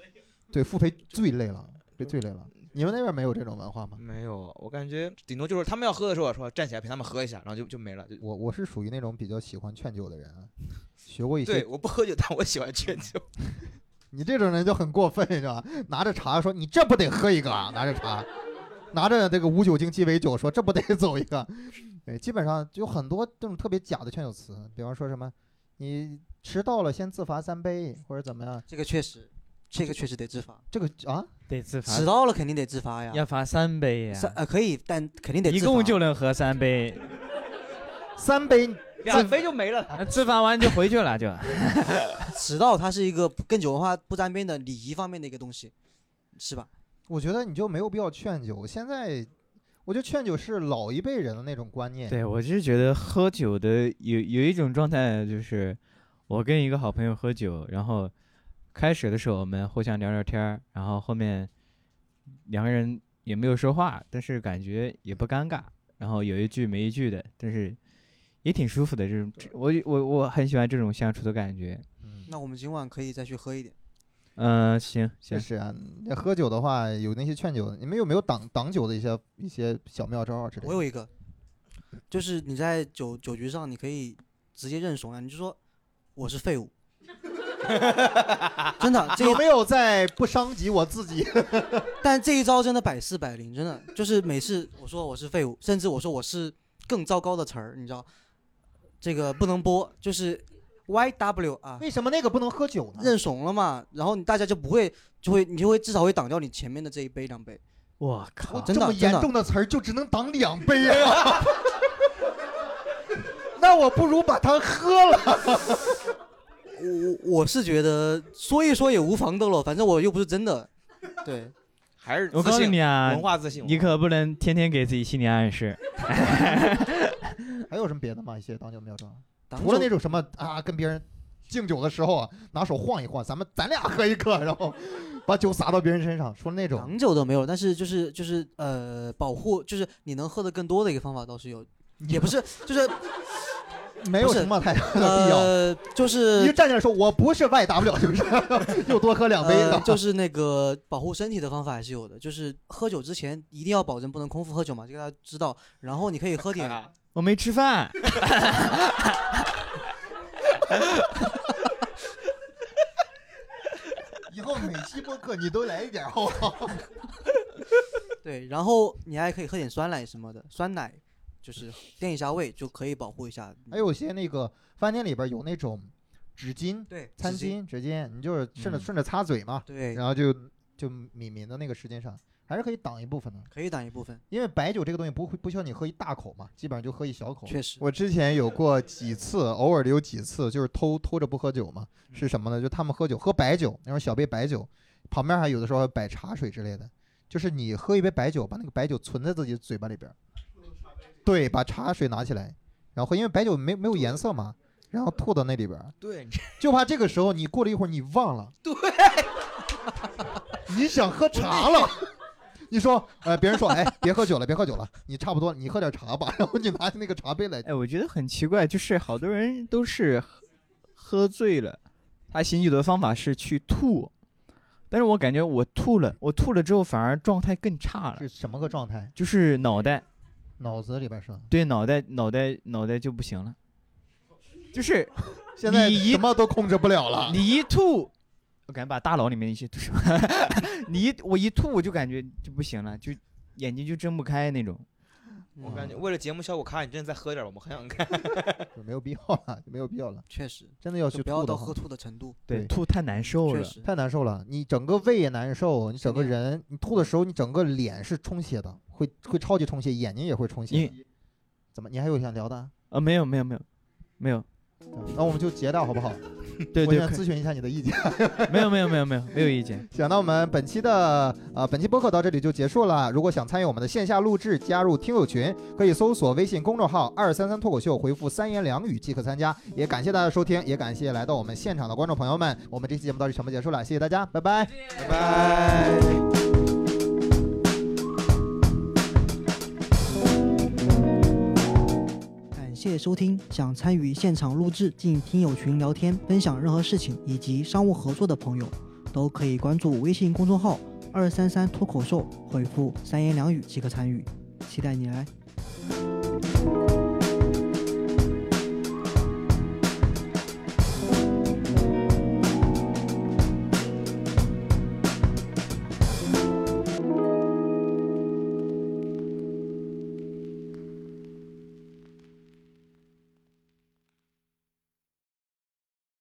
Speaker 2: 对，副陪最累了，这最累了。你们那边没有这种文化吗？
Speaker 4: 没有，我感觉顶多就是他们要喝的时候说站起来陪他们喝一下，然后就就没了。就
Speaker 2: 我我是属于那种比较喜欢劝酒的人啊，学过一些
Speaker 4: 对，我不喝酒，但我喜欢劝酒。
Speaker 2: 你这种人就很过分，你知道吧？拿着茶说你这不得喝一个啊？拿着茶，拿着这个无酒精鸡尾酒说这不得走一个？对，基本上就很多这种特别假的劝酒词，比方说什么你迟到了先自罚三杯，或者怎么样？
Speaker 3: 这个确实，这个确实得自罚，
Speaker 2: 这个啊，
Speaker 1: 得自罚
Speaker 3: 迟，到了肯定得自罚呀。
Speaker 1: 要罚三杯
Speaker 3: 三
Speaker 1: 呀，
Speaker 3: 呃可以，但肯定得
Speaker 1: 一
Speaker 3: 自
Speaker 1: 共
Speaker 3: 罚
Speaker 1: 就能喝三杯，
Speaker 2: 三杯
Speaker 4: 两杯就没了。
Speaker 1: 那自罚完就回去了就。
Speaker 3: 迟到，它是一个跟酒文化不沾边的礼仪方面的一个东西，是吧？
Speaker 2: 我觉得你就没有必要劝酒。现在，我觉得劝酒是老一辈人的那种观念。
Speaker 1: 对，我就是觉得喝酒的有有一种状态，就是我跟一个好朋友喝酒，然后开始的时候我们互相聊聊天儿，然后后面两个人也没有说话，但是感觉也不尴尬，然后有一句没一句的，但是也挺舒服的。这种这我我我很喜欢这种相处的感觉。
Speaker 2: 嗯，
Speaker 3: 那我们今晚可以再去喝一点。
Speaker 1: 嗯、行行，
Speaker 2: 确实啊，那喝酒的话，有那些劝酒，你们有没有挡挡酒的一些一些小妙招啊之类的？
Speaker 3: 我有一个，就是你在酒酒局上，你可以直接认怂啊，你就说我 是废物。真的，这一
Speaker 2: 有没有在不伤及我自己？
Speaker 3: 但这一招真的百试百灵，真的就是每次我说我是废物，甚至我说我是更糟糕的词儿，你知道，这个不能播，就是 Y W 啊，
Speaker 2: 为什么那个不能喝酒呢？
Speaker 3: 认怂了嘛，然后你大家就不会，就会你就会至少会挡掉你前面的这一杯两杯，
Speaker 1: 我靠，
Speaker 3: 真
Speaker 2: 这
Speaker 3: 的
Speaker 2: 么
Speaker 3: 真
Speaker 2: 严
Speaker 3: 的，
Speaker 2: 重的词儿就只能挡两杯啊！ 那我不如把它喝了。
Speaker 3: 我我是觉得说一说也无妨的了，反正我又不是真的， 对，
Speaker 4: 还是
Speaker 1: 我
Speaker 4: 自
Speaker 1: 告诉
Speaker 4: 信
Speaker 1: 你啊
Speaker 4: 文，化自信。
Speaker 1: 你可不能天天给自己心理暗示。
Speaker 2: 还有什么别的吗？一些挡酒妙招，
Speaker 3: 挡
Speaker 2: 除了
Speaker 3: 酒
Speaker 2: 那种什么啊，跟别人敬酒的时候啊，拿手晃一晃，咱们咱俩喝一个，然后把酒洒到别人身上，除了那种，
Speaker 3: 挡酒的没有，但是就是就是呃保护，就是你能喝的更多的一个方法倒是有，也不是 就是
Speaker 2: 没有什么太大的必要。
Speaker 3: 呃就
Speaker 2: 你
Speaker 3: 是
Speaker 2: 就站起来说我不是 YW，就是 又多喝两杯
Speaker 3: 呃
Speaker 2: 了。
Speaker 3: 就是那个保护身体的方法还是有的，就是喝酒之前一定要保证不能空腹喝酒嘛，这个大家知道。然后你可以喝 点，
Speaker 4: 啊
Speaker 1: 我没吃饭，
Speaker 2: 以后每期播客你都来一点，好不好？
Speaker 3: 对，然后你还可以喝点酸奶什么的，酸奶就是垫一下胃就可以保护一下。
Speaker 2: 还有些那个饭店里边有那种纸巾，
Speaker 3: 对
Speaker 2: 餐
Speaker 3: 纸巾
Speaker 2: 巾、纸巾，你就是顺着
Speaker 1: 嗯
Speaker 2: 顺着擦嘴嘛，
Speaker 3: 对，
Speaker 2: 然后就就抿抿到那个时间上，还是可以挡一部分的。
Speaker 3: 可以挡一部分，
Speaker 2: 因为白酒这个东西不会不需要你喝一大口嘛，基本上就喝一小口。
Speaker 3: 确实。
Speaker 2: 我之前有过几次，偶尔有几次就是偷偷着不喝酒嘛，是什么呢？就他们喝酒喝白酒，那种小杯白酒，旁边还有的时候还摆茶水之类的，就是你喝一杯白酒，把那个白酒存在自己嘴巴里边儿，对，把茶水拿起来，然后喝因为白酒没没有颜色嘛，然后吐到那里边儿，
Speaker 4: 对，你
Speaker 2: 就怕这个时候你过了一会儿你忘了，对，你想喝茶了。你说，呃，别人说，哎，别喝酒了，别喝酒了，你差不多了，你喝点茶吧。然后你拿起那个茶杯来，
Speaker 1: 哎，我觉得很奇怪，就是好多人都是喝喝醉了，他醒酒的方法是去吐，但是我感觉我吐了，我吐了之后反而状态更差了
Speaker 2: 是，什么个状态？
Speaker 1: 就是脑袋
Speaker 2: 脑子里边是吧？
Speaker 1: 对脑袋脑袋脑袋就不行了，就是
Speaker 2: 现在
Speaker 1: 你一
Speaker 2: 什么都控制不了了。
Speaker 1: 你一吐， 我感觉把大脑里面一些吐，你一我一吐我就感觉就不行了，就眼睛就睁不开那种。
Speaker 4: 我
Speaker 3: 嗯
Speaker 4: 感觉为了节目效果，卡你真的再喝点吧，我很想看。
Speaker 2: 就没有必要了， 就没有必要了。
Speaker 3: 确实，
Speaker 2: 真的要
Speaker 3: 就
Speaker 2: 去
Speaker 3: 不要
Speaker 2: 吐
Speaker 3: 到
Speaker 2: 的
Speaker 3: 喝
Speaker 2: 话，
Speaker 3: 吐的程度，
Speaker 1: 对，
Speaker 2: 对
Speaker 1: 吐太难受
Speaker 3: 确
Speaker 1: 了。
Speaker 3: 实。
Speaker 2: 太难受了。你整个胃也难受，你整个
Speaker 3: 肯定
Speaker 2: 人，你吐的时候，你整个脸是充血的，会会超级充血，眼睛也会充血
Speaker 1: 因
Speaker 2: 的。怎么？你还有想聊的？啊
Speaker 1: 呃，没有没有没有没有，
Speaker 2: 那我们就截掉好不好？
Speaker 1: 对
Speaker 2: 我
Speaker 1: 对，
Speaker 2: 想
Speaker 1: 可
Speaker 2: 咨询一下你的意见。
Speaker 1: 没有没有没有没有没有意见。
Speaker 2: 行，那我们本期的呃本期播客到这里就结束了。如果想参与我们的线下录制，加入听友群，可以搜索微信公众号“二三三脱口秀”，回复三言两语即可参加。也感谢大家收听，也感谢来到我们现场的观众朋友们。我们这期节目到这全部结束了，谢谢大家，拜拜。
Speaker 4: 拜拜。
Speaker 3: 感谢收听。想参与现场录制、进听友群聊天、分享任何事情以及商务合作的朋友，都可以关注微信公众号“二三三脱口秀”，回复“三言两语”即可参与。期待你来。